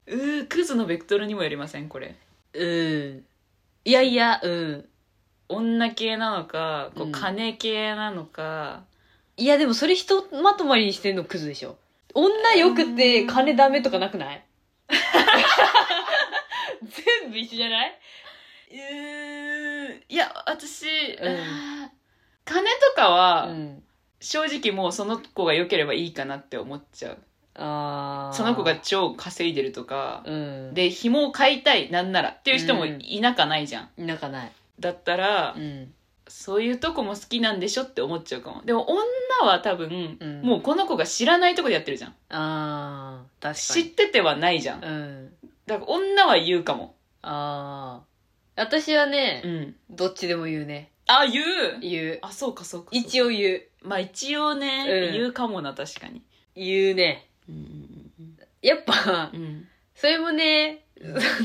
[SPEAKER 2] うー、クズのベクトルにもよりません、これ。
[SPEAKER 1] うんいやいやうん
[SPEAKER 2] 女系なのか、こ
[SPEAKER 1] う
[SPEAKER 2] う、
[SPEAKER 1] ん
[SPEAKER 2] 金系なのか、
[SPEAKER 1] いやでもそれひとまとまりにしてんのクズでしょ女よくて金ダメとかなくない全部一緒じゃないう
[SPEAKER 2] ー、いや、私、
[SPEAKER 1] ん
[SPEAKER 2] あー金とかは、
[SPEAKER 1] ん
[SPEAKER 2] 正直もうその子が良ければいいかなって思っちゃう。
[SPEAKER 1] ああ
[SPEAKER 2] その子が超稼いでるとか、
[SPEAKER 1] うん
[SPEAKER 2] で、紐を買いたい、なんならっていう人も
[SPEAKER 1] うん
[SPEAKER 2] いなかないじゃん。
[SPEAKER 1] なんかない。
[SPEAKER 2] だったら、
[SPEAKER 1] ん。
[SPEAKER 2] そういうとこも好きなんでしょって思っちゃうかも。でも女は多分、
[SPEAKER 1] うん
[SPEAKER 2] もうこの子が知らないとこでやってるじゃん。
[SPEAKER 1] ああ、確か
[SPEAKER 2] 知
[SPEAKER 1] に。
[SPEAKER 2] っててはないじゃん。だ
[SPEAKER 1] うん。
[SPEAKER 2] から女は言うかも。
[SPEAKER 1] ああ。私はね、
[SPEAKER 2] ん。
[SPEAKER 1] どっちでも言うね。
[SPEAKER 2] あ、言う
[SPEAKER 1] 言う。
[SPEAKER 2] あ、そうかそうかそうか。
[SPEAKER 1] 一応言う。
[SPEAKER 2] まあ一応ね、
[SPEAKER 1] うん
[SPEAKER 2] 言うかもな、確かに。
[SPEAKER 1] 言うね。
[SPEAKER 2] うん。
[SPEAKER 1] やっぱ、
[SPEAKER 2] うん。
[SPEAKER 1] それもね、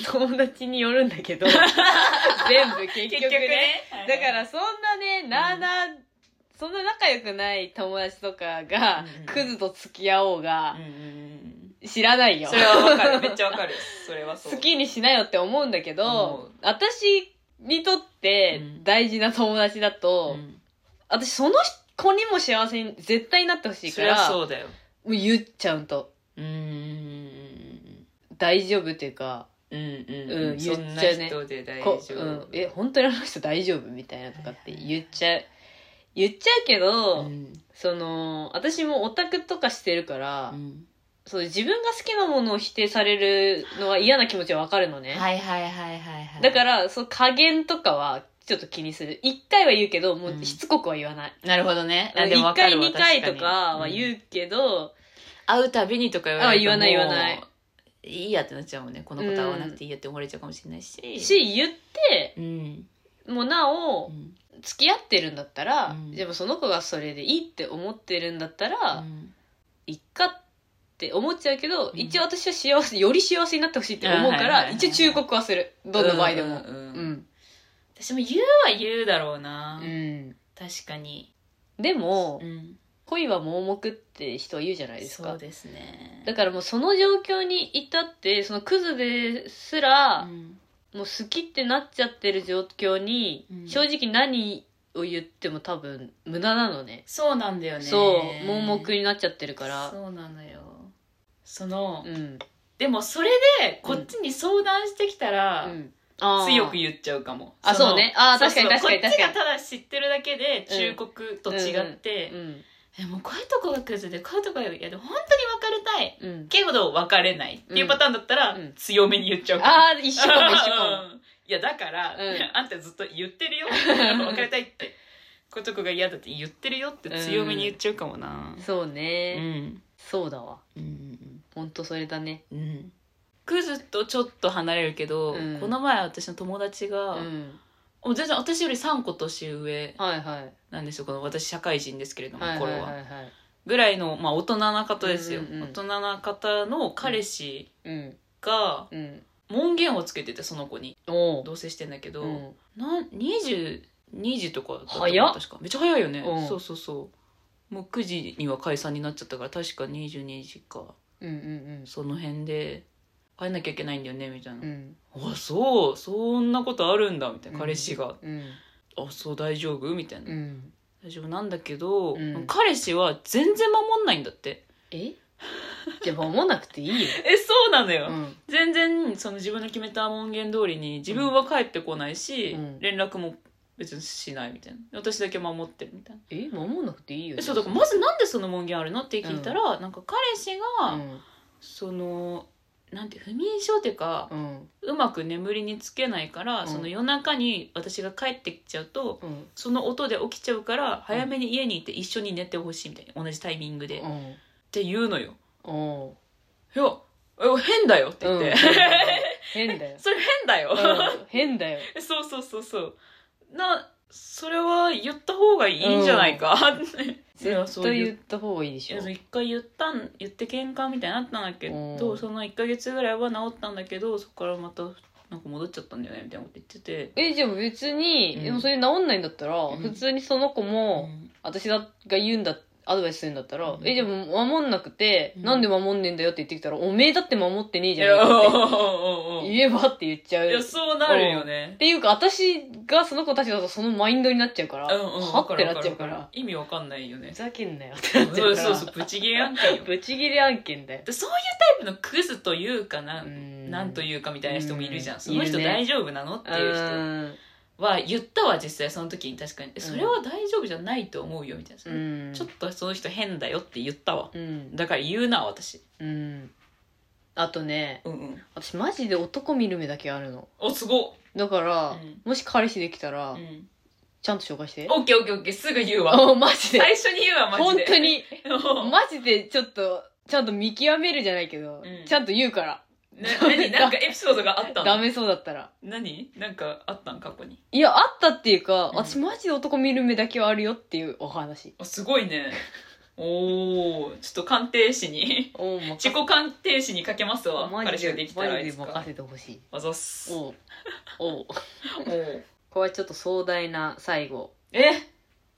[SPEAKER 1] 友達によるんだ けど、全部結局ね。だから、そんなね、なあなあ、そんな仲良くない友達とかが
[SPEAKER 2] うん、
[SPEAKER 1] クズと付き合おうが、
[SPEAKER 2] うん。
[SPEAKER 1] 知らないよ
[SPEAKER 2] それはわか るめっちゃわかるそれはそう
[SPEAKER 1] 好きにしなよって思うんだけ
[SPEAKER 2] 思
[SPEAKER 1] ど
[SPEAKER 2] う
[SPEAKER 1] 私にとって
[SPEAKER 2] うん
[SPEAKER 1] 大事な友達だと、
[SPEAKER 2] うん
[SPEAKER 1] 私その子にも幸せに絶対なってほしい
[SPEAKER 2] そ
[SPEAKER 1] か
[SPEAKER 2] りゃ
[SPEAKER 1] ら
[SPEAKER 2] そうだよ
[SPEAKER 1] もう言っちゃうと
[SPEAKER 2] うーん
[SPEAKER 1] 大丈夫っていうか
[SPEAKER 2] うんうん
[SPEAKER 1] うん
[SPEAKER 2] そ
[SPEAKER 1] 言
[SPEAKER 2] ん
[SPEAKER 1] っ
[SPEAKER 2] な
[SPEAKER 1] ちゃうね
[SPEAKER 2] 人で大丈
[SPEAKER 1] こ
[SPEAKER 2] 夫、
[SPEAKER 1] う、うん、え本当にあの人大丈夫みたいなとかって言っちゃう言っちゃうけど、
[SPEAKER 2] うん
[SPEAKER 1] その私もオタクとかしてるから、
[SPEAKER 2] うん
[SPEAKER 1] そう自分が好きなものを否定されるのは嫌な気持ちはわかるのね、
[SPEAKER 2] はいはいはいはいはい
[SPEAKER 1] だからそう加減とかはちょっと気にする一回は言うけども
[SPEAKER 2] うん
[SPEAKER 1] うしつこくは言わない、
[SPEAKER 2] なるほどね
[SPEAKER 1] 一
[SPEAKER 2] あでもわ
[SPEAKER 1] 1
[SPEAKER 2] か
[SPEAKER 1] 回
[SPEAKER 2] るわ
[SPEAKER 1] 2回とかは
[SPEAKER 2] う、
[SPEAKER 1] 言うけど、
[SPEAKER 2] 会うたびにとか言われると
[SPEAKER 1] あ言わない
[SPEAKER 2] もう
[SPEAKER 1] 言わない
[SPEAKER 2] いいやってなっちゃうもんねこのこと会わなくていいやって思われちゃうかもしれないし、
[SPEAKER 1] し言って
[SPEAKER 2] うん
[SPEAKER 1] もうな
[SPEAKER 2] う
[SPEAKER 1] お
[SPEAKER 2] ん
[SPEAKER 1] 付き合ってるんだったら、
[SPEAKER 2] うん
[SPEAKER 1] でもその子がそれでいいって思ってるんだったら、いっかって思っちゃうけど、
[SPEAKER 2] うん
[SPEAKER 1] 一応私は幸せより幸せになってほしいって思うか
[SPEAKER 2] あはいはいはい
[SPEAKER 1] ら
[SPEAKER 2] はい
[SPEAKER 1] 一応忠告はするどの場合でも
[SPEAKER 2] うん
[SPEAKER 1] う
[SPEAKER 2] うん
[SPEAKER 1] ん、
[SPEAKER 2] 私も言うは言うだろうな、
[SPEAKER 1] うん
[SPEAKER 2] 確かに、
[SPEAKER 1] でも、
[SPEAKER 2] うん、
[SPEAKER 1] 恋は盲目って人は言うじゃないです
[SPEAKER 2] そ
[SPEAKER 1] か
[SPEAKER 2] うですね
[SPEAKER 1] だからもうその状況に至ってそのクズですら、
[SPEAKER 2] うん
[SPEAKER 1] もう好きってなっちゃってる状況に、
[SPEAKER 2] うん
[SPEAKER 1] 正直何を言っても多分無駄なのね
[SPEAKER 2] そうなんだよね
[SPEAKER 1] そう盲目になっちゃってるから
[SPEAKER 2] そうなのよその、
[SPEAKER 1] うん、
[SPEAKER 2] でもそれでこっちに相談してきたら、
[SPEAKER 1] うん、あー
[SPEAKER 2] 強く言っちゃうかも
[SPEAKER 1] あ
[SPEAKER 2] の
[SPEAKER 1] そうねあー確かに
[SPEAKER 2] そうそう
[SPEAKER 1] 確かに確かに
[SPEAKER 2] こっちがただ知ってるだけで忠告と違って、
[SPEAKER 1] うん
[SPEAKER 2] えもうこういうとこがクズでこういうとこがいやでも本当に別れたい
[SPEAKER 1] うん
[SPEAKER 2] けど別れないっていうパターンだったら、
[SPEAKER 1] うん
[SPEAKER 2] 強めに言っちゃうから
[SPEAKER 1] ああ一緒かも一緒かも
[SPEAKER 2] うんいやだから、
[SPEAKER 1] うん
[SPEAKER 2] あんたずっと言って るよ別れたいってこういうとこが嫌だって言ってるよって強めに言っちゃうかもな
[SPEAKER 1] そう
[SPEAKER 2] う
[SPEAKER 1] ね、
[SPEAKER 2] ん
[SPEAKER 1] そうだわ
[SPEAKER 2] うん
[SPEAKER 1] ほんとそれだね
[SPEAKER 2] うんクズとちょっと離れるけど、
[SPEAKER 1] うん
[SPEAKER 2] この前私の友達
[SPEAKER 1] う
[SPEAKER 2] が、
[SPEAKER 1] ん
[SPEAKER 2] もう全然私より3個年上
[SPEAKER 1] はいはい
[SPEAKER 2] なんですよこの私社会人ですけれども、
[SPEAKER 1] はいはい
[SPEAKER 2] 頃は、
[SPEAKER 1] はいはい
[SPEAKER 2] ぐらいの、まあ、大人な方ですよ、
[SPEAKER 1] うんうんうん
[SPEAKER 2] 大人な方の彼氏
[SPEAKER 1] うん
[SPEAKER 2] が
[SPEAKER 1] うん
[SPEAKER 2] 門限をつけててその子に
[SPEAKER 1] おう
[SPEAKER 2] 同棲してんだけど、
[SPEAKER 1] うん
[SPEAKER 2] なん20 2時とかだったと思う
[SPEAKER 1] 早っ
[SPEAKER 2] 確かめっちゃ早いよね、
[SPEAKER 1] うん
[SPEAKER 2] そうそうそうもう9時には解散になっちゃったから確か22時か
[SPEAKER 1] うんうん
[SPEAKER 2] その辺で会えなきゃいけないんだよねみたいな
[SPEAKER 1] う、ん
[SPEAKER 2] あそうそんなことあるんだみたいな、
[SPEAKER 1] うん
[SPEAKER 2] 彼氏が
[SPEAKER 1] うん
[SPEAKER 2] あそう大丈夫みたいな、
[SPEAKER 1] うん
[SPEAKER 2] 大丈夫なんだけど、
[SPEAKER 1] うん
[SPEAKER 2] 彼氏は全然守んないんだって
[SPEAKER 1] えじゃあ守んなくていいよ
[SPEAKER 2] えそうなのよ、
[SPEAKER 1] うん
[SPEAKER 2] 全然その自分の決めた文言通りに自分は帰ってこないし、
[SPEAKER 1] うん
[SPEAKER 2] 連絡も別にしないみたいな私だけ守ってるみたいな、
[SPEAKER 1] え守んなくていいよ
[SPEAKER 2] えそうだからまずなんでその文言あるのって聞いたら、なんか彼氏が、
[SPEAKER 1] うん
[SPEAKER 2] そのなんて不眠症っていうか、
[SPEAKER 1] うん
[SPEAKER 2] うまく眠りにつけないから、
[SPEAKER 1] うん
[SPEAKER 2] その夜中に私が帰ってきちゃうと
[SPEAKER 1] うん
[SPEAKER 2] その音で起きちゃうから早めに家に行って一緒に寝てほしいみたいな同じタイミングで、
[SPEAKER 1] う
[SPEAKER 2] っ
[SPEAKER 1] ん
[SPEAKER 2] て言うのよ
[SPEAKER 1] おう
[SPEAKER 2] いやえ変だよって言
[SPEAKER 1] う
[SPEAKER 2] って、
[SPEAKER 1] ん 変だよ
[SPEAKER 2] それ変だよ、
[SPEAKER 1] うん変だよ
[SPEAKER 2] そうそうそうそう。な、それは言った方がいいんじゃないか、 いや
[SPEAKER 1] 絶対言った方がいいでしょ
[SPEAKER 2] そう一回言ったん、言って喧嘩みたいになったんだけ
[SPEAKER 1] う
[SPEAKER 2] ど、
[SPEAKER 1] ん
[SPEAKER 2] その1ヶ月ぐらいは治ったんだけど、そこからまた、なんか戻っちゃったんだよね、みたいなこと言ってて。
[SPEAKER 1] えじゃあ別に、
[SPEAKER 2] うん
[SPEAKER 1] でもそれ治んないんだったら、
[SPEAKER 2] うん
[SPEAKER 1] 普通にその子も、
[SPEAKER 2] うん
[SPEAKER 1] 私が言うんだ、アドバイスするんだったら、
[SPEAKER 2] うん
[SPEAKER 1] え、じゃあ守んなくて、
[SPEAKER 2] うん
[SPEAKER 1] なんで守んねんだよって言ってきたら、おめえだって守ってねえ
[SPEAKER 2] い
[SPEAKER 1] じゃねえか
[SPEAKER 2] や、お
[SPEAKER 1] っ
[SPEAKER 2] ーおーお
[SPEAKER 1] て
[SPEAKER 2] ー
[SPEAKER 1] 言えばって言っちゃう。
[SPEAKER 2] いや
[SPEAKER 1] っ
[SPEAKER 2] そうなるよね。
[SPEAKER 1] ていうか、私がその子たちだとそのマインドになっちゃうから、
[SPEAKER 2] うんうん、わ
[SPEAKER 1] は
[SPEAKER 2] か
[SPEAKER 1] っ
[SPEAKER 2] る
[SPEAKER 1] て
[SPEAKER 2] わ
[SPEAKER 1] な
[SPEAKER 2] か
[SPEAKER 1] っちゃ
[SPEAKER 2] る
[SPEAKER 1] うから、
[SPEAKER 2] 意味わかんないよね
[SPEAKER 1] ふ。ざけんなよって
[SPEAKER 2] そ
[SPEAKER 1] なっちゃ
[SPEAKER 2] う
[SPEAKER 1] うから。
[SPEAKER 2] そう そう、ブチギレ案件よ。
[SPEAKER 1] ぶち切れ案件だよ。
[SPEAKER 2] でそういうタイプのクズというかな、なんというかみたいな人もいるじゃん、
[SPEAKER 1] うん
[SPEAKER 2] その人
[SPEAKER 1] いるね
[SPEAKER 2] 大丈夫なのって
[SPEAKER 1] うん
[SPEAKER 2] いう人は言ったわ実際その時に確かに「え
[SPEAKER 1] ん
[SPEAKER 2] それは大丈夫じゃないと思うよ」みたいな、
[SPEAKER 1] うん。
[SPEAKER 2] ちょっとその人変だよって言ったわ
[SPEAKER 1] うん。
[SPEAKER 2] だから言うな私
[SPEAKER 1] うん。あとね、
[SPEAKER 2] うんうん
[SPEAKER 1] 私マジで男見る目だけあるの。
[SPEAKER 2] おすごっ
[SPEAKER 1] だから、
[SPEAKER 2] うん
[SPEAKER 1] もし彼氏できたら、
[SPEAKER 2] うん
[SPEAKER 1] ちゃんと紹介して。
[SPEAKER 2] オッケーオッケーオッケーすぐ言うわ
[SPEAKER 1] お マジで。
[SPEAKER 2] 最初に言うわマ
[SPEAKER 1] 本
[SPEAKER 2] ジで
[SPEAKER 1] 当に。
[SPEAKER 2] 当
[SPEAKER 1] マジでちょっと、ちゃんと見極めるじゃないけ
[SPEAKER 2] う
[SPEAKER 1] ど、
[SPEAKER 2] ん
[SPEAKER 1] ちゃんと言うから。
[SPEAKER 2] 何なんかエピソードがあった
[SPEAKER 1] ダ
[SPEAKER 2] の
[SPEAKER 1] メそうだったら。
[SPEAKER 2] 何なんかあったん過去に
[SPEAKER 1] いや、あったっていうか、
[SPEAKER 2] うん
[SPEAKER 1] 私マジで男見る目だけはあるよっていうお話。
[SPEAKER 2] あすごいねおおちょっと鑑定士 に
[SPEAKER 1] おう、任
[SPEAKER 2] 自
[SPEAKER 1] せ
[SPEAKER 2] 己鑑定士にかけますわ
[SPEAKER 1] マ
[SPEAKER 2] 彼氏
[SPEAKER 1] ジ
[SPEAKER 2] が
[SPEAKER 1] で
[SPEAKER 2] でき、たら
[SPEAKER 1] マ
[SPEAKER 2] い
[SPEAKER 1] ジで
[SPEAKER 2] つか
[SPEAKER 1] 任せてほしい。
[SPEAKER 2] あざっす。
[SPEAKER 1] おう。おう。
[SPEAKER 2] おう
[SPEAKER 1] これはちょっと壮大な最後。
[SPEAKER 2] え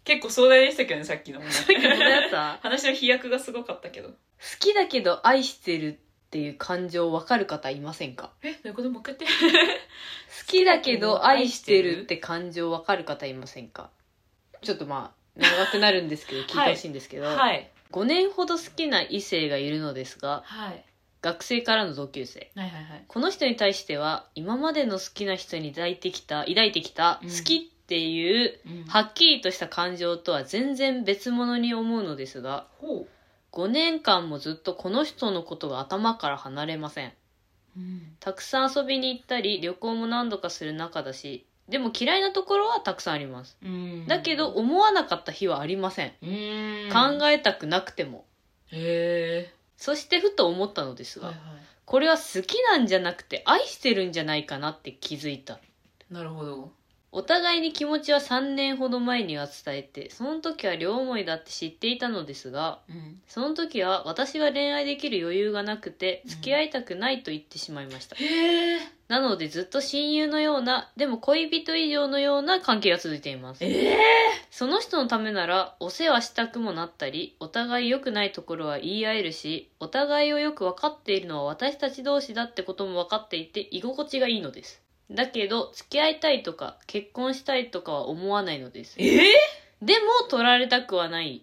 [SPEAKER 2] 結構壮大でしたけどね、さっきのもね。
[SPEAKER 1] さっきのやつは
[SPEAKER 2] 話の飛躍がすごかったけど。
[SPEAKER 1] 好きだけど愛してるっていう感情わかる方いませんか
[SPEAKER 2] えどういうこともう一回言っ
[SPEAKER 1] 好きだけど愛してるって感情わかる方いませんかちょっとまあ長くなるんですけど聞いてほしいんですけ
[SPEAKER 2] て
[SPEAKER 1] ど、
[SPEAKER 2] はい
[SPEAKER 1] 5年ほど好きな異性がいるのですが
[SPEAKER 2] はい
[SPEAKER 1] 学生からの同級生
[SPEAKER 2] はいはいはい
[SPEAKER 1] この人に対しては今までの好きな人に抱いてきた抱いてきた
[SPEAKER 2] うん
[SPEAKER 1] 好きっていう、
[SPEAKER 2] うん
[SPEAKER 1] はっきりとした感情とは全然別物に思うのですが
[SPEAKER 2] ほ
[SPEAKER 1] 5年間もずっとこの人のことが頭から離れません
[SPEAKER 2] ううん
[SPEAKER 1] たくさん遊びに行ったり旅行も何度かする仲だしでも嫌いなところはたくさんあります
[SPEAKER 2] うん
[SPEAKER 1] だけど思わなかった日はありません、
[SPEAKER 2] うんへ
[SPEAKER 1] 考えたくなくても
[SPEAKER 2] え
[SPEAKER 1] そしてふと思ったのですが、
[SPEAKER 2] はいはい
[SPEAKER 1] これは好きなんじゃなくて愛してるんじゃないかなって気づいた
[SPEAKER 2] なるほど
[SPEAKER 1] お互いに気持ちは3年ほど前には伝えてその時は両思いだって知っていたのですが
[SPEAKER 2] うん
[SPEAKER 1] その時は私が恋愛できる余裕がなくて
[SPEAKER 2] うん
[SPEAKER 1] 付き合いたくないと言ってしまいました、
[SPEAKER 2] へえ
[SPEAKER 1] なのでずっと親友のようなでも恋人以上のような関係が続いています
[SPEAKER 2] ええ
[SPEAKER 1] その人のためならお世話したくもなったりお互い良くないところは言い合えるしお互いをよく分かっているのは私たち同士だってことも分かっていて居心地がいいのですだけど付き合いたいとか結婚したいとかは思わないのです
[SPEAKER 2] ええ
[SPEAKER 1] でも取られたくはない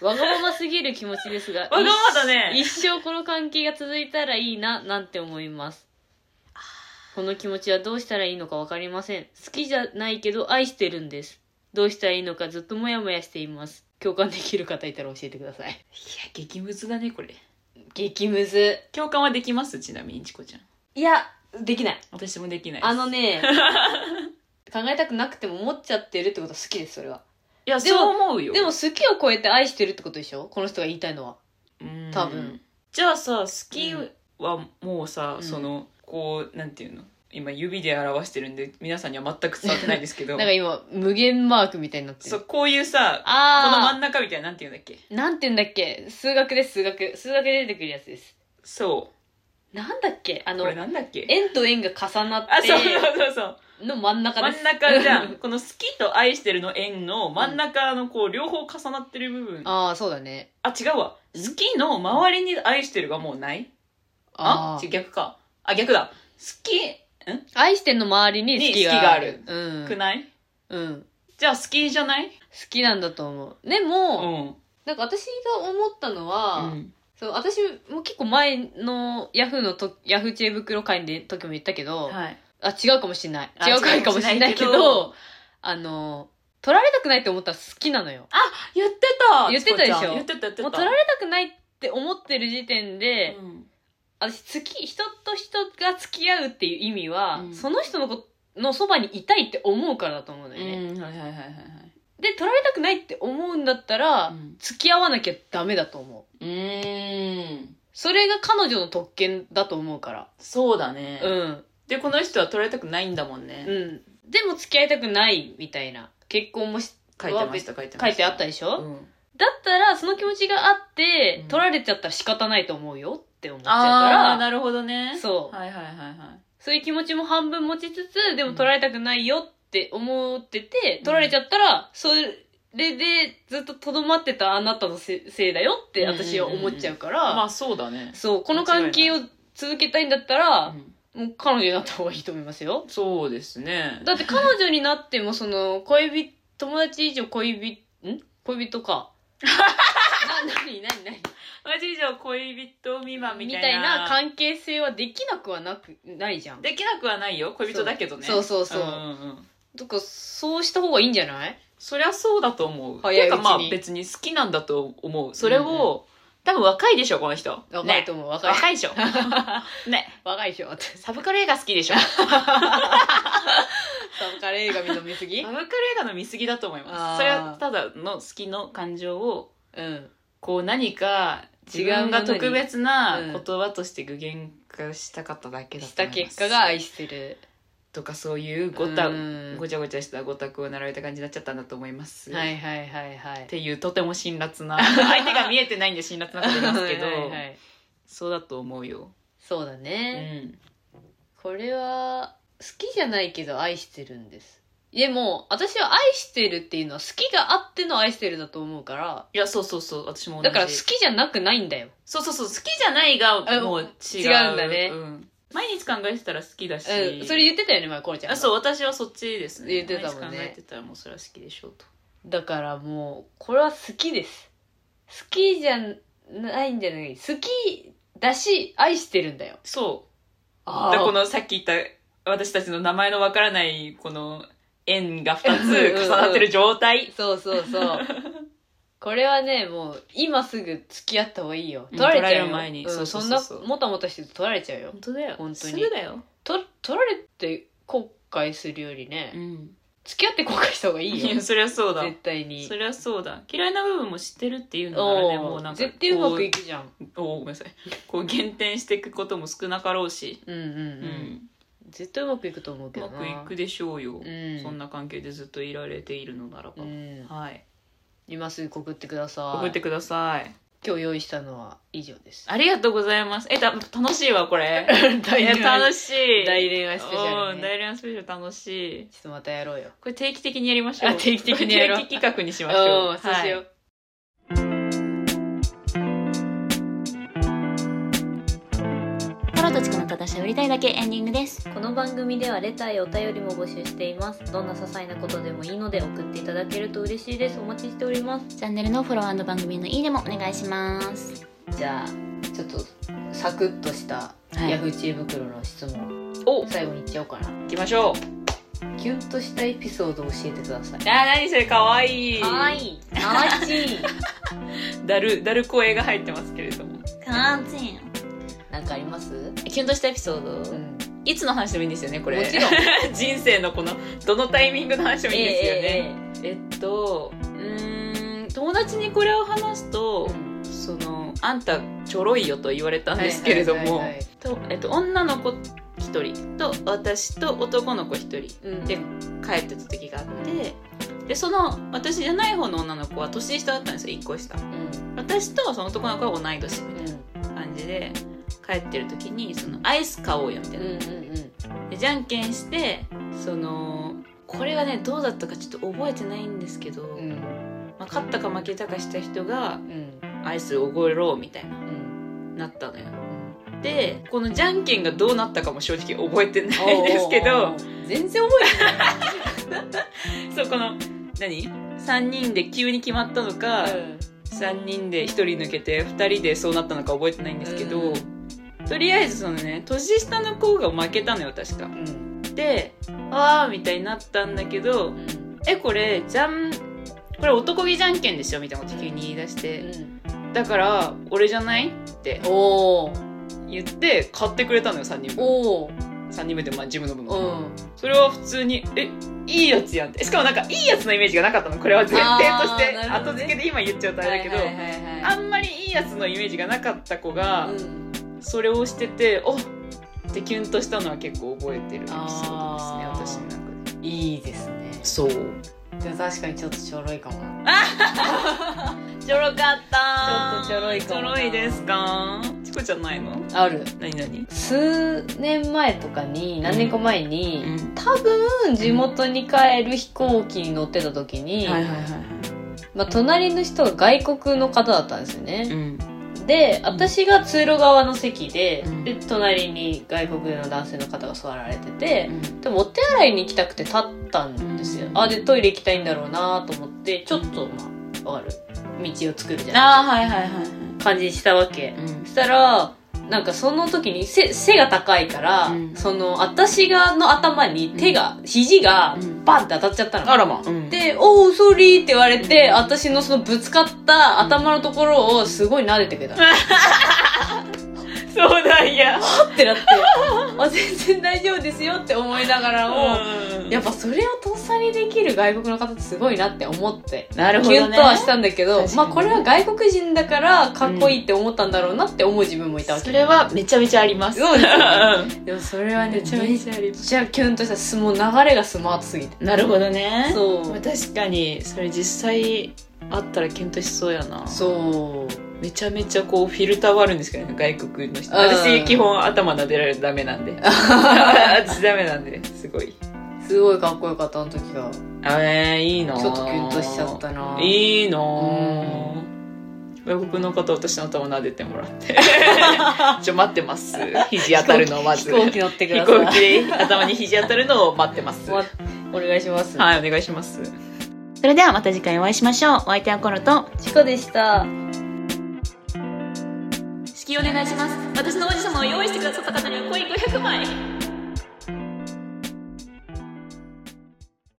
[SPEAKER 1] わがまますぎる気持ちですが
[SPEAKER 2] わ がままだね
[SPEAKER 1] 一生この関係が続いたらいいななんて思いますこの気持ちはどうしたらいいのかわかりません好きじゃないけど愛してるんですどうしたらいいのかずっとモヤモヤしています共感できる方いたら教えてくださ
[SPEAKER 2] い
[SPEAKER 1] い
[SPEAKER 2] や激ムズだねこれ
[SPEAKER 1] 激ムズ
[SPEAKER 2] 共感はできますちなみにチコちゃん
[SPEAKER 1] いやできない
[SPEAKER 2] 私もできないです
[SPEAKER 1] あの ね考えたくなくても思っちゃってるってことは好きですそれはい
[SPEAKER 2] や
[SPEAKER 1] でも
[SPEAKER 2] そう思うよ
[SPEAKER 1] でも好きを超えて愛してるってことでしょこの人が言いたいのは
[SPEAKER 2] うん
[SPEAKER 1] 多分
[SPEAKER 2] じゃあさ好きはもうさ、
[SPEAKER 1] うん
[SPEAKER 2] そのこうなんていうの今指で表してるんで皆さんには全く伝わってないですけど
[SPEAKER 1] なんか今、無限マークみたいになって
[SPEAKER 2] そ
[SPEAKER 1] る。
[SPEAKER 2] うこういうさこの真
[SPEAKER 1] あ
[SPEAKER 2] ん中みたいななんていうんだっけ
[SPEAKER 1] ー。なんて言うんだっけ数学です、数学。数学で出てくるやつです。
[SPEAKER 2] そ
[SPEAKER 1] なんだっけあ
[SPEAKER 2] う
[SPEAKER 1] の
[SPEAKER 2] これ、なんだっけ
[SPEAKER 1] 円と円が重なっ
[SPEAKER 2] あそう
[SPEAKER 1] て、
[SPEAKER 2] そうそうそう
[SPEAKER 1] の真ん中
[SPEAKER 2] 真
[SPEAKER 1] です。
[SPEAKER 2] ん中じゃん
[SPEAKER 1] う
[SPEAKER 2] この好きと愛してるの円の真ん中のこう両方重なってる部分、あ
[SPEAKER 1] あー、そうだね。
[SPEAKER 2] 違うわ好きの周りに愛してるがもうないあ
[SPEAKER 1] あ
[SPEAKER 2] 違う逆かあ逆だ好き
[SPEAKER 1] ー愛してんの周りに好きがある。
[SPEAKER 2] に
[SPEAKER 1] う
[SPEAKER 2] く
[SPEAKER 1] ん。
[SPEAKER 2] ない、
[SPEAKER 1] うん。好
[SPEAKER 2] じゃあ好きじゃない
[SPEAKER 1] きなんだと思う。で
[SPEAKER 2] う
[SPEAKER 1] も、
[SPEAKER 2] ん
[SPEAKER 1] なんか私が思ったのは、
[SPEAKER 2] うん
[SPEAKER 1] そう私も結構前のヤフーのと、ヤフー知恵袋会の時も言ったけど、
[SPEAKER 2] はい
[SPEAKER 1] あ、違うかもしれない。
[SPEAKER 2] あ
[SPEAKER 1] 違う回かもしれないけ
[SPEAKER 2] 違うかもしれない
[SPEAKER 1] ど、あの、取られたくないって思ったら好きなのよ。
[SPEAKER 2] 言ってた
[SPEAKER 1] 言ってたでし
[SPEAKER 2] チ
[SPEAKER 1] ょ
[SPEAKER 2] コちゃん言ってた言ってた
[SPEAKER 1] もう取られたくないって思ってる時点で、
[SPEAKER 2] うん
[SPEAKER 1] 私、付き、人と人が付き合うっていう意味は、
[SPEAKER 2] うん
[SPEAKER 1] その人のこのそばにいたいって思うからだと思うのよね。
[SPEAKER 2] うんはいはいはいはいはい
[SPEAKER 1] で、取られたくないって思うんだったら、
[SPEAKER 2] うん
[SPEAKER 1] 付き合わなきゃダメだと思う。
[SPEAKER 2] うーん
[SPEAKER 1] それが彼女の特権だと思うから。
[SPEAKER 2] そうだね、
[SPEAKER 1] うん。
[SPEAKER 2] でこの人は取られたくないんだもん
[SPEAKER 1] う
[SPEAKER 2] ね、
[SPEAKER 1] ん。でも付き合いたくないみたいな。結婚もし
[SPEAKER 2] 書いてました書いてました
[SPEAKER 1] 書いてあったでしょ、
[SPEAKER 2] うん
[SPEAKER 1] だったら、その気持ちがあって、
[SPEAKER 2] うん
[SPEAKER 1] 取られちゃったら仕方ないと思うよって思っちゃう
[SPEAKER 2] ああー
[SPEAKER 1] から、
[SPEAKER 2] なるほどね
[SPEAKER 1] そう
[SPEAKER 2] はいはいはいはい
[SPEAKER 1] そういう気持ちも半分持ちつつ、で
[SPEAKER 2] う
[SPEAKER 1] も
[SPEAKER 2] ん
[SPEAKER 1] 取られたくないよって思ってて、取られちゃったら、それでずっととどまってたあなたのせせいだよって私は思っちゃうから、
[SPEAKER 2] まあそうだね
[SPEAKER 1] そう、この関係を続けたいんだったら
[SPEAKER 2] う、ん
[SPEAKER 1] もう彼女になった方がいいと思いますよ。
[SPEAKER 2] そうですね
[SPEAKER 1] だって彼女になっても、その、恋人、友達以上恋人、ん恋 人か。な、なになになに
[SPEAKER 2] マジ以上恋人未満み
[SPEAKER 1] み
[SPEAKER 2] たい
[SPEAKER 1] たい
[SPEAKER 2] な
[SPEAKER 1] な関係性はできなくはなくないじゃん。
[SPEAKER 2] できなくはないよ恋人だけどね
[SPEAKER 1] そうそうそうそうん
[SPEAKER 2] んん
[SPEAKER 1] とかそうした方がいいんじゃない
[SPEAKER 2] そりゃそうだと思う
[SPEAKER 1] 早いうちに
[SPEAKER 2] てかまあ別に好きなんだと思うそれを、多分若いでしょこの人
[SPEAKER 1] 若いと
[SPEAKER 2] ね、
[SPEAKER 1] 思う、若い。
[SPEAKER 2] 若いでしょね
[SPEAKER 1] 若いでしょって。
[SPEAKER 2] サブカル映画好きでしょサ
[SPEAKER 1] サブカル映画見飲みすぎ
[SPEAKER 2] ブ
[SPEAKER 1] う
[SPEAKER 2] カル映画の見過ぎだと思いま
[SPEAKER 1] あー
[SPEAKER 2] すそれはただの好きの感情を
[SPEAKER 1] ん。
[SPEAKER 2] こう何か
[SPEAKER 1] 違
[SPEAKER 2] 自
[SPEAKER 1] うもの
[SPEAKER 2] 分
[SPEAKER 1] に
[SPEAKER 2] が特別な
[SPEAKER 1] うん
[SPEAKER 2] 言葉として具現化したかっただけだ
[SPEAKER 1] し
[SPEAKER 2] と
[SPEAKER 1] た
[SPEAKER 2] 思います
[SPEAKER 1] 結果が愛してる。
[SPEAKER 2] とかそういうごた
[SPEAKER 1] うん
[SPEAKER 2] ごちゃごちゃしたごたくを並べた感じになっちゃったんだと思います、
[SPEAKER 1] はいはいはいは
[SPEAKER 2] っ
[SPEAKER 1] い。
[SPEAKER 2] ていうとても辛辣 な相手が見えてないんで辛辣なこと言いますけど
[SPEAKER 1] はいはい
[SPEAKER 2] そうだと思うよ、
[SPEAKER 1] そうだ
[SPEAKER 2] う
[SPEAKER 1] ね。
[SPEAKER 2] ん、
[SPEAKER 1] これは、好きじゃないけど愛してるんです。でも、私は愛してるっていうのは好きがあっての愛してるだと思うから、
[SPEAKER 2] いや、そうそうそう、私も同
[SPEAKER 1] だ
[SPEAKER 2] じ。
[SPEAKER 1] から好きじゃなくないんだよ。
[SPEAKER 2] そうそうそう、好きじゃないが、もう違う。
[SPEAKER 1] 違うんだね
[SPEAKER 2] ん毎日考えてたら好きだし。
[SPEAKER 1] うん。それ言ってたよね、前、コロちゃん
[SPEAKER 2] あ
[SPEAKER 1] が。
[SPEAKER 2] そう、私はそっちですね。
[SPEAKER 1] 言ってたもん
[SPEAKER 2] 毎日
[SPEAKER 1] ね
[SPEAKER 2] 考えてたらもうそれは好きでしょうと。
[SPEAKER 1] だからもう、これは好きです。好きじゃないんじゃない。好きだし、愛してるんだよ。
[SPEAKER 2] そう。
[SPEAKER 1] あ
[SPEAKER 2] だからこ
[SPEAKER 1] あ。
[SPEAKER 2] のさっき言った、私たちの名前のわからない、この、円が2つ重なってる状態。
[SPEAKER 1] そうそう そう。これはね、もう、今すぐ付き合った方がいいよ。
[SPEAKER 2] うん
[SPEAKER 1] 取られちゃう
[SPEAKER 2] 取
[SPEAKER 1] よ。
[SPEAKER 2] られる前に
[SPEAKER 1] うん
[SPEAKER 2] そうそ
[SPEAKER 1] そう
[SPEAKER 2] そ
[SPEAKER 1] ん
[SPEAKER 2] う
[SPEAKER 1] な
[SPEAKER 2] そう、
[SPEAKER 1] もたもたしてると取られちゃうよ。
[SPEAKER 2] 当だよ
[SPEAKER 1] 本当に
[SPEAKER 2] すぐだよ。
[SPEAKER 1] と、取られて後悔するよりね、
[SPEAKER 2] ん。
[SPEAKER 1] 付き合って後悔した方がい
[SPEAKER 2] い
[SPEAKER 1] いよ
[SPEAKER 2] や、。そりゃそうだ。
[SPEAKER 1] 絶対に
[SPEAKER 2] そ。りゃそうだ。嫌いな部分も知ってるっていうのならね、も
[SPEAKER 1] お
[SPEAKER 2] うなん
[SPEAKER 1] ー
[SPEAKER 2] か。
[SPEAKER 1] 絶対うまくいくじゃん。
[SPEAKER 2] こうおーごめんなさい。こう減点していくことも少なかろうし。
[SPEAKER 1] うんうん
[SPEAKER 2] う
[SPEAKER 1] うん。
[SPEAKER 2] ん。
[SPEAKER 1] 絶対うまくいくと思う
[SPEAKER 2] う
[SPEAKER 1] けど
[SPEAKER 2] ま
[SPEAKER 1] な。
[SPEAKER 2] くいくでしょうよ。
[SPEAKER 1] うん
[SPEAKER 2] そんな関係でずっといられているのならば。
[SPEAKER 1] うん。
[SPEAKER 2] はい。
[SPEAKER 1] 今すぐ告ってください。
[SPEAKER 2] 送ってください。
[SPEAKER 1] 今日用意したのは以上 です。
[SPEAKER 2] ありがとうございます。え、た楽しいわ、これ。 い
[SPEAKER 1] 大
[SPEAKER 2] や、楽
[SPEAKER 1] し
[SPEAKER 2] しい。
[SPEAKER 1] 大恋愛スペシャ
[SPEAKER 2] う
[SPEAKER 1] ル、
[SPEAKER 2] ん
[SPEAKER 1] ね。
[SPEAKER 2] 大恋愛スペシャル楽しい。
[SPEAKER 1] ちょっとまたやろうよ。
[SPEAKER 2] これ定期的にやりましょう。
[SPEAKER 1] あ定期的にやろう
[SPEAKER 2] 定期企画にし
[SPEAKER 1] う
[SPEAKER 2] ましょう。
[SPEAKER 1] ん、そうしよ
[SPEAKER 2] は
[SPEAKER 1] う
[SPEAKER 2] い。。
[SPEAKER 3] コロとチコのただしゃべりたいだけエンディングです
[SPEAKER 1] この番組ではレターやお便りも募集しています。どんな些細なことでもいいので送っていただけると嬉しいです。お待ちしております。
[SPEAKER 3] チャンネルのフォロー番組のいいねもお願いします
[SPEAKER 1] じゃあ、ちょっとサクッとした
[SPEAKER 3] はい
[SPEAKER 1] ヤフー知恵袋の質問、
[SPEAKER 2] お、
[SPEAKER 1] 最後にいっちゃおうかな。
[SPEAKER 2] 行きましょう。
[SPEAKER 1] キュンとしたエピソードを教えてください。
[SPEAKER 2] あー、何それ、かわいい。
[SPEAKER 1] かわいい。かわち い。
[SPEAKER 2] だる、だる声が入ってますけれども。
[SPEAKER 3] 完全
[SPEAKER 1] なんかあります
[SPEAKER 2] キュンとしたエピソード、
[SPEAKER 1] ん。
[SPEAKER 2] いつの話でもいいんですよね、これ。
[SPEAKER 1] もちろん。
[SPEAKER 2] 人生のこの、どのタイミングの話でもいいですよね。
[SPEAKER 1] え
[SPEAKER 2] えっと、うーん、友達にこれを話すと、 その、あんたちょろいよと言われたんですけれども、
[SPEAKER 1] はいはいはいはい
[SPEAKER 2] とえっと、女の子一人と、私と男の子一人、
[SPEAKER 1] えええうん
[SPEAKER 2] で帰ってた時があって、で、その、私じゃない方の女の子は年下だったんですよ、1個下。私とその男の子は同い年みたいな感じで、帰ってる時に、その、アイス買おうよみたいな。でじゃんけんしてそのこれがねどうだったかちょっと覚えてないんですけど、まあ、勝ったか負けたかした人がアイスおごろうみたいななったのよでこのじゃんけんがどうなったかも正直覚えてないんですけど
[SPEAKER 1] 全然覚
[SPEAKER 2] そうこの何3人で急に決まったのか、3人で1人抜けて2人でそうなったのか覚えてないんですけど、
[SPEAKER 1] う
[SPEAKER 2] とりあえずそのね年下の子が負けたのよ確か
[SPEAKER 1] えて
[SPEAKER 2] でああみたいになったんだけど、えこれじゃんこれ男気じゃんけんでしょみたいなこと急に言い出して、だから俺じゃないって
[SPEAKER 1] おー
[SPEAKER 2] 言って買ってくれたのよ3人分
[SPEAKER 1] お
[SPEAKER 2] 3人分でまあ自分の分を
[SPEAKER 1] ー
[SPEAKER 2] それは普通にえいいやつやんってしかもなんかいいやつのイメージがなかったのこれは前提として、
[SPEAKER 1] あーなるほ
[SPEAKER 2] 後
[SPEAKER 1] どね
[SPEAKER 2] 付けで今言っちゃうとあれだけど、
[SPEAKER 1] はいはいはいはい
[SPEAKER 2] あんまりいいやつのイメージがなかった子が、
[SPEAKER 1] うん
[SPEAKER 2] それをしてておっってキュンとしたのは結構覚えてるエピソー
[SPEAKER 1] あ
[SPEAKER 2] ド
[SPEAKER 1] ー
[SPEAKER 2] ですね私の中で
[SPEAKER 1] いいですね
[SPEAKER 2] そう
[SPEAKER 1] でも確かにちょっとちょろいかもな
[SPEAKER 2] ちょろかった
[SPEAKER 1] たちょっとちょろいかもな
[SPEAKER 2] ちょろいですかチコちゃんないの
[SPEAKER 1] ある
[SPEAKER 2] 何何
[SPEAKER 1] 数年前とかに何年か前に、
[SPEAKER 2] ん
[SPEAKER 1] 多分地元に帰る飛行機に乗ってた時に、
[SPEAKER 2] はいはいは
[SPEAKER 1] まあ、隣の人が外国の方だったんですよね、
[SPEAKER 2] いうん
[SPEAKER 1] で私が通路側の席で,、
[SPEAKER 2] うん
[SPEAKER 1] で隣に外国の男性の方が座られてて、でもお手洗いに行きたくて立ったんですよ、
[SPEAKER 2] うん
[SPEAKER 1] あでトイレ行きたいんだろうなと思ってちょっとまあわかる道を作るじゃない
[SPEAKER 2] ああはいはいはいはい
[SPEAKER 1] 感じにしたわけ
[SPEAKER 2] うん
[SPEAKER 1] そしたらなんかその時に背背が高いから、
[SPEAKER 2] うん
[SPEAKER 1] その私がの頭に手が、肘が
[SPEAKER 2] うん
[SPEAKER 1] バンって当たっちゃったの、
[SPEAKER 2] あらまうん
[SPEAKER 1] で、おう、ソリーって言われて、
[SPEAKER 2] うん
[SPEAKER 1] 私のそのぶつかった頭のところをすごい撫でてくれた。
[SPEAKER 2] そうなんや
[SPEAKER 1] ってなってあ全然大丈夫ですよって思いながらも、
[SPEAKER 2] うん
[SPEAKER 1] やっぱそれをとっさにできる外国の方ってすごいなって思って。
[SPEAKER 2] なるほ
[SPEAKER 1] キ
[SPEAKER 2] ど
[SPEAKER 1] ュン
[SPEAKER 2] ね
[SPEAKER 1] とはしたんだけど、
[SPEAKER 2] 確か
[SPEAKER 1] まあ
[SPEAKER 2] に
[SPEAKER 1] これは外国人だからかっこいいって思ったんだろうなって思う自分もいたわけ。
[SPEAKER 2] それはめちゃめちゃあります
[SPEAKER 1] そうですよ
[SPEAKER 2] ね
[SPEAKER 1] でもそれはね、め
[SPEAKER 2] めちゃめちゃありま
[SPEAKER 1] っ
[SPEAKER 2] す
[SPEAKER 1] ちゃキュンとしたす。もう流れがスマートすぎて。
[SPEAKER 2] なるほどね
[SPEAKER 1] そう。
[SPEAKER 2] 確かにそれ実際あったら検討しそうやな
[SPEAKER 1] そう。
[SPEAKER 2] めちゃめちゃこうフィルターはあるんですけどね外国の人
[SPEAKER 1] うん
[SPEAKER 2] 私基本頭撫でられるとダメなんで私ダメなんですごい
[SPEAKER 1] すごいかっこよかったあの時が
[SPEAKER 2] えー、いいな
[SPEAKER 1] ちょっとキュンとしちゃったない
[SPEAKER 2] いな外国の方私の頭撫でてもらってちょ待って ます肘当たるのをまず
[SPEAKER 1] 飛行機乗ってく だ
[SPEAKER 2] 飛
[SPEAKER 1] さい
[SPEAKER 2] 行機で頭に肘当たるのを待ってます
[SPEAKER 1] ま お願いします、
[SPEAKER 2] はいお願いします
[SPEAKER 3] それではまた次回お会いしましょう。お相手はコロと、
[SPEAKER 1] チコでした
[SPEAKER 2] 式お願いします私の王子様を用意してくださった方には恋500枚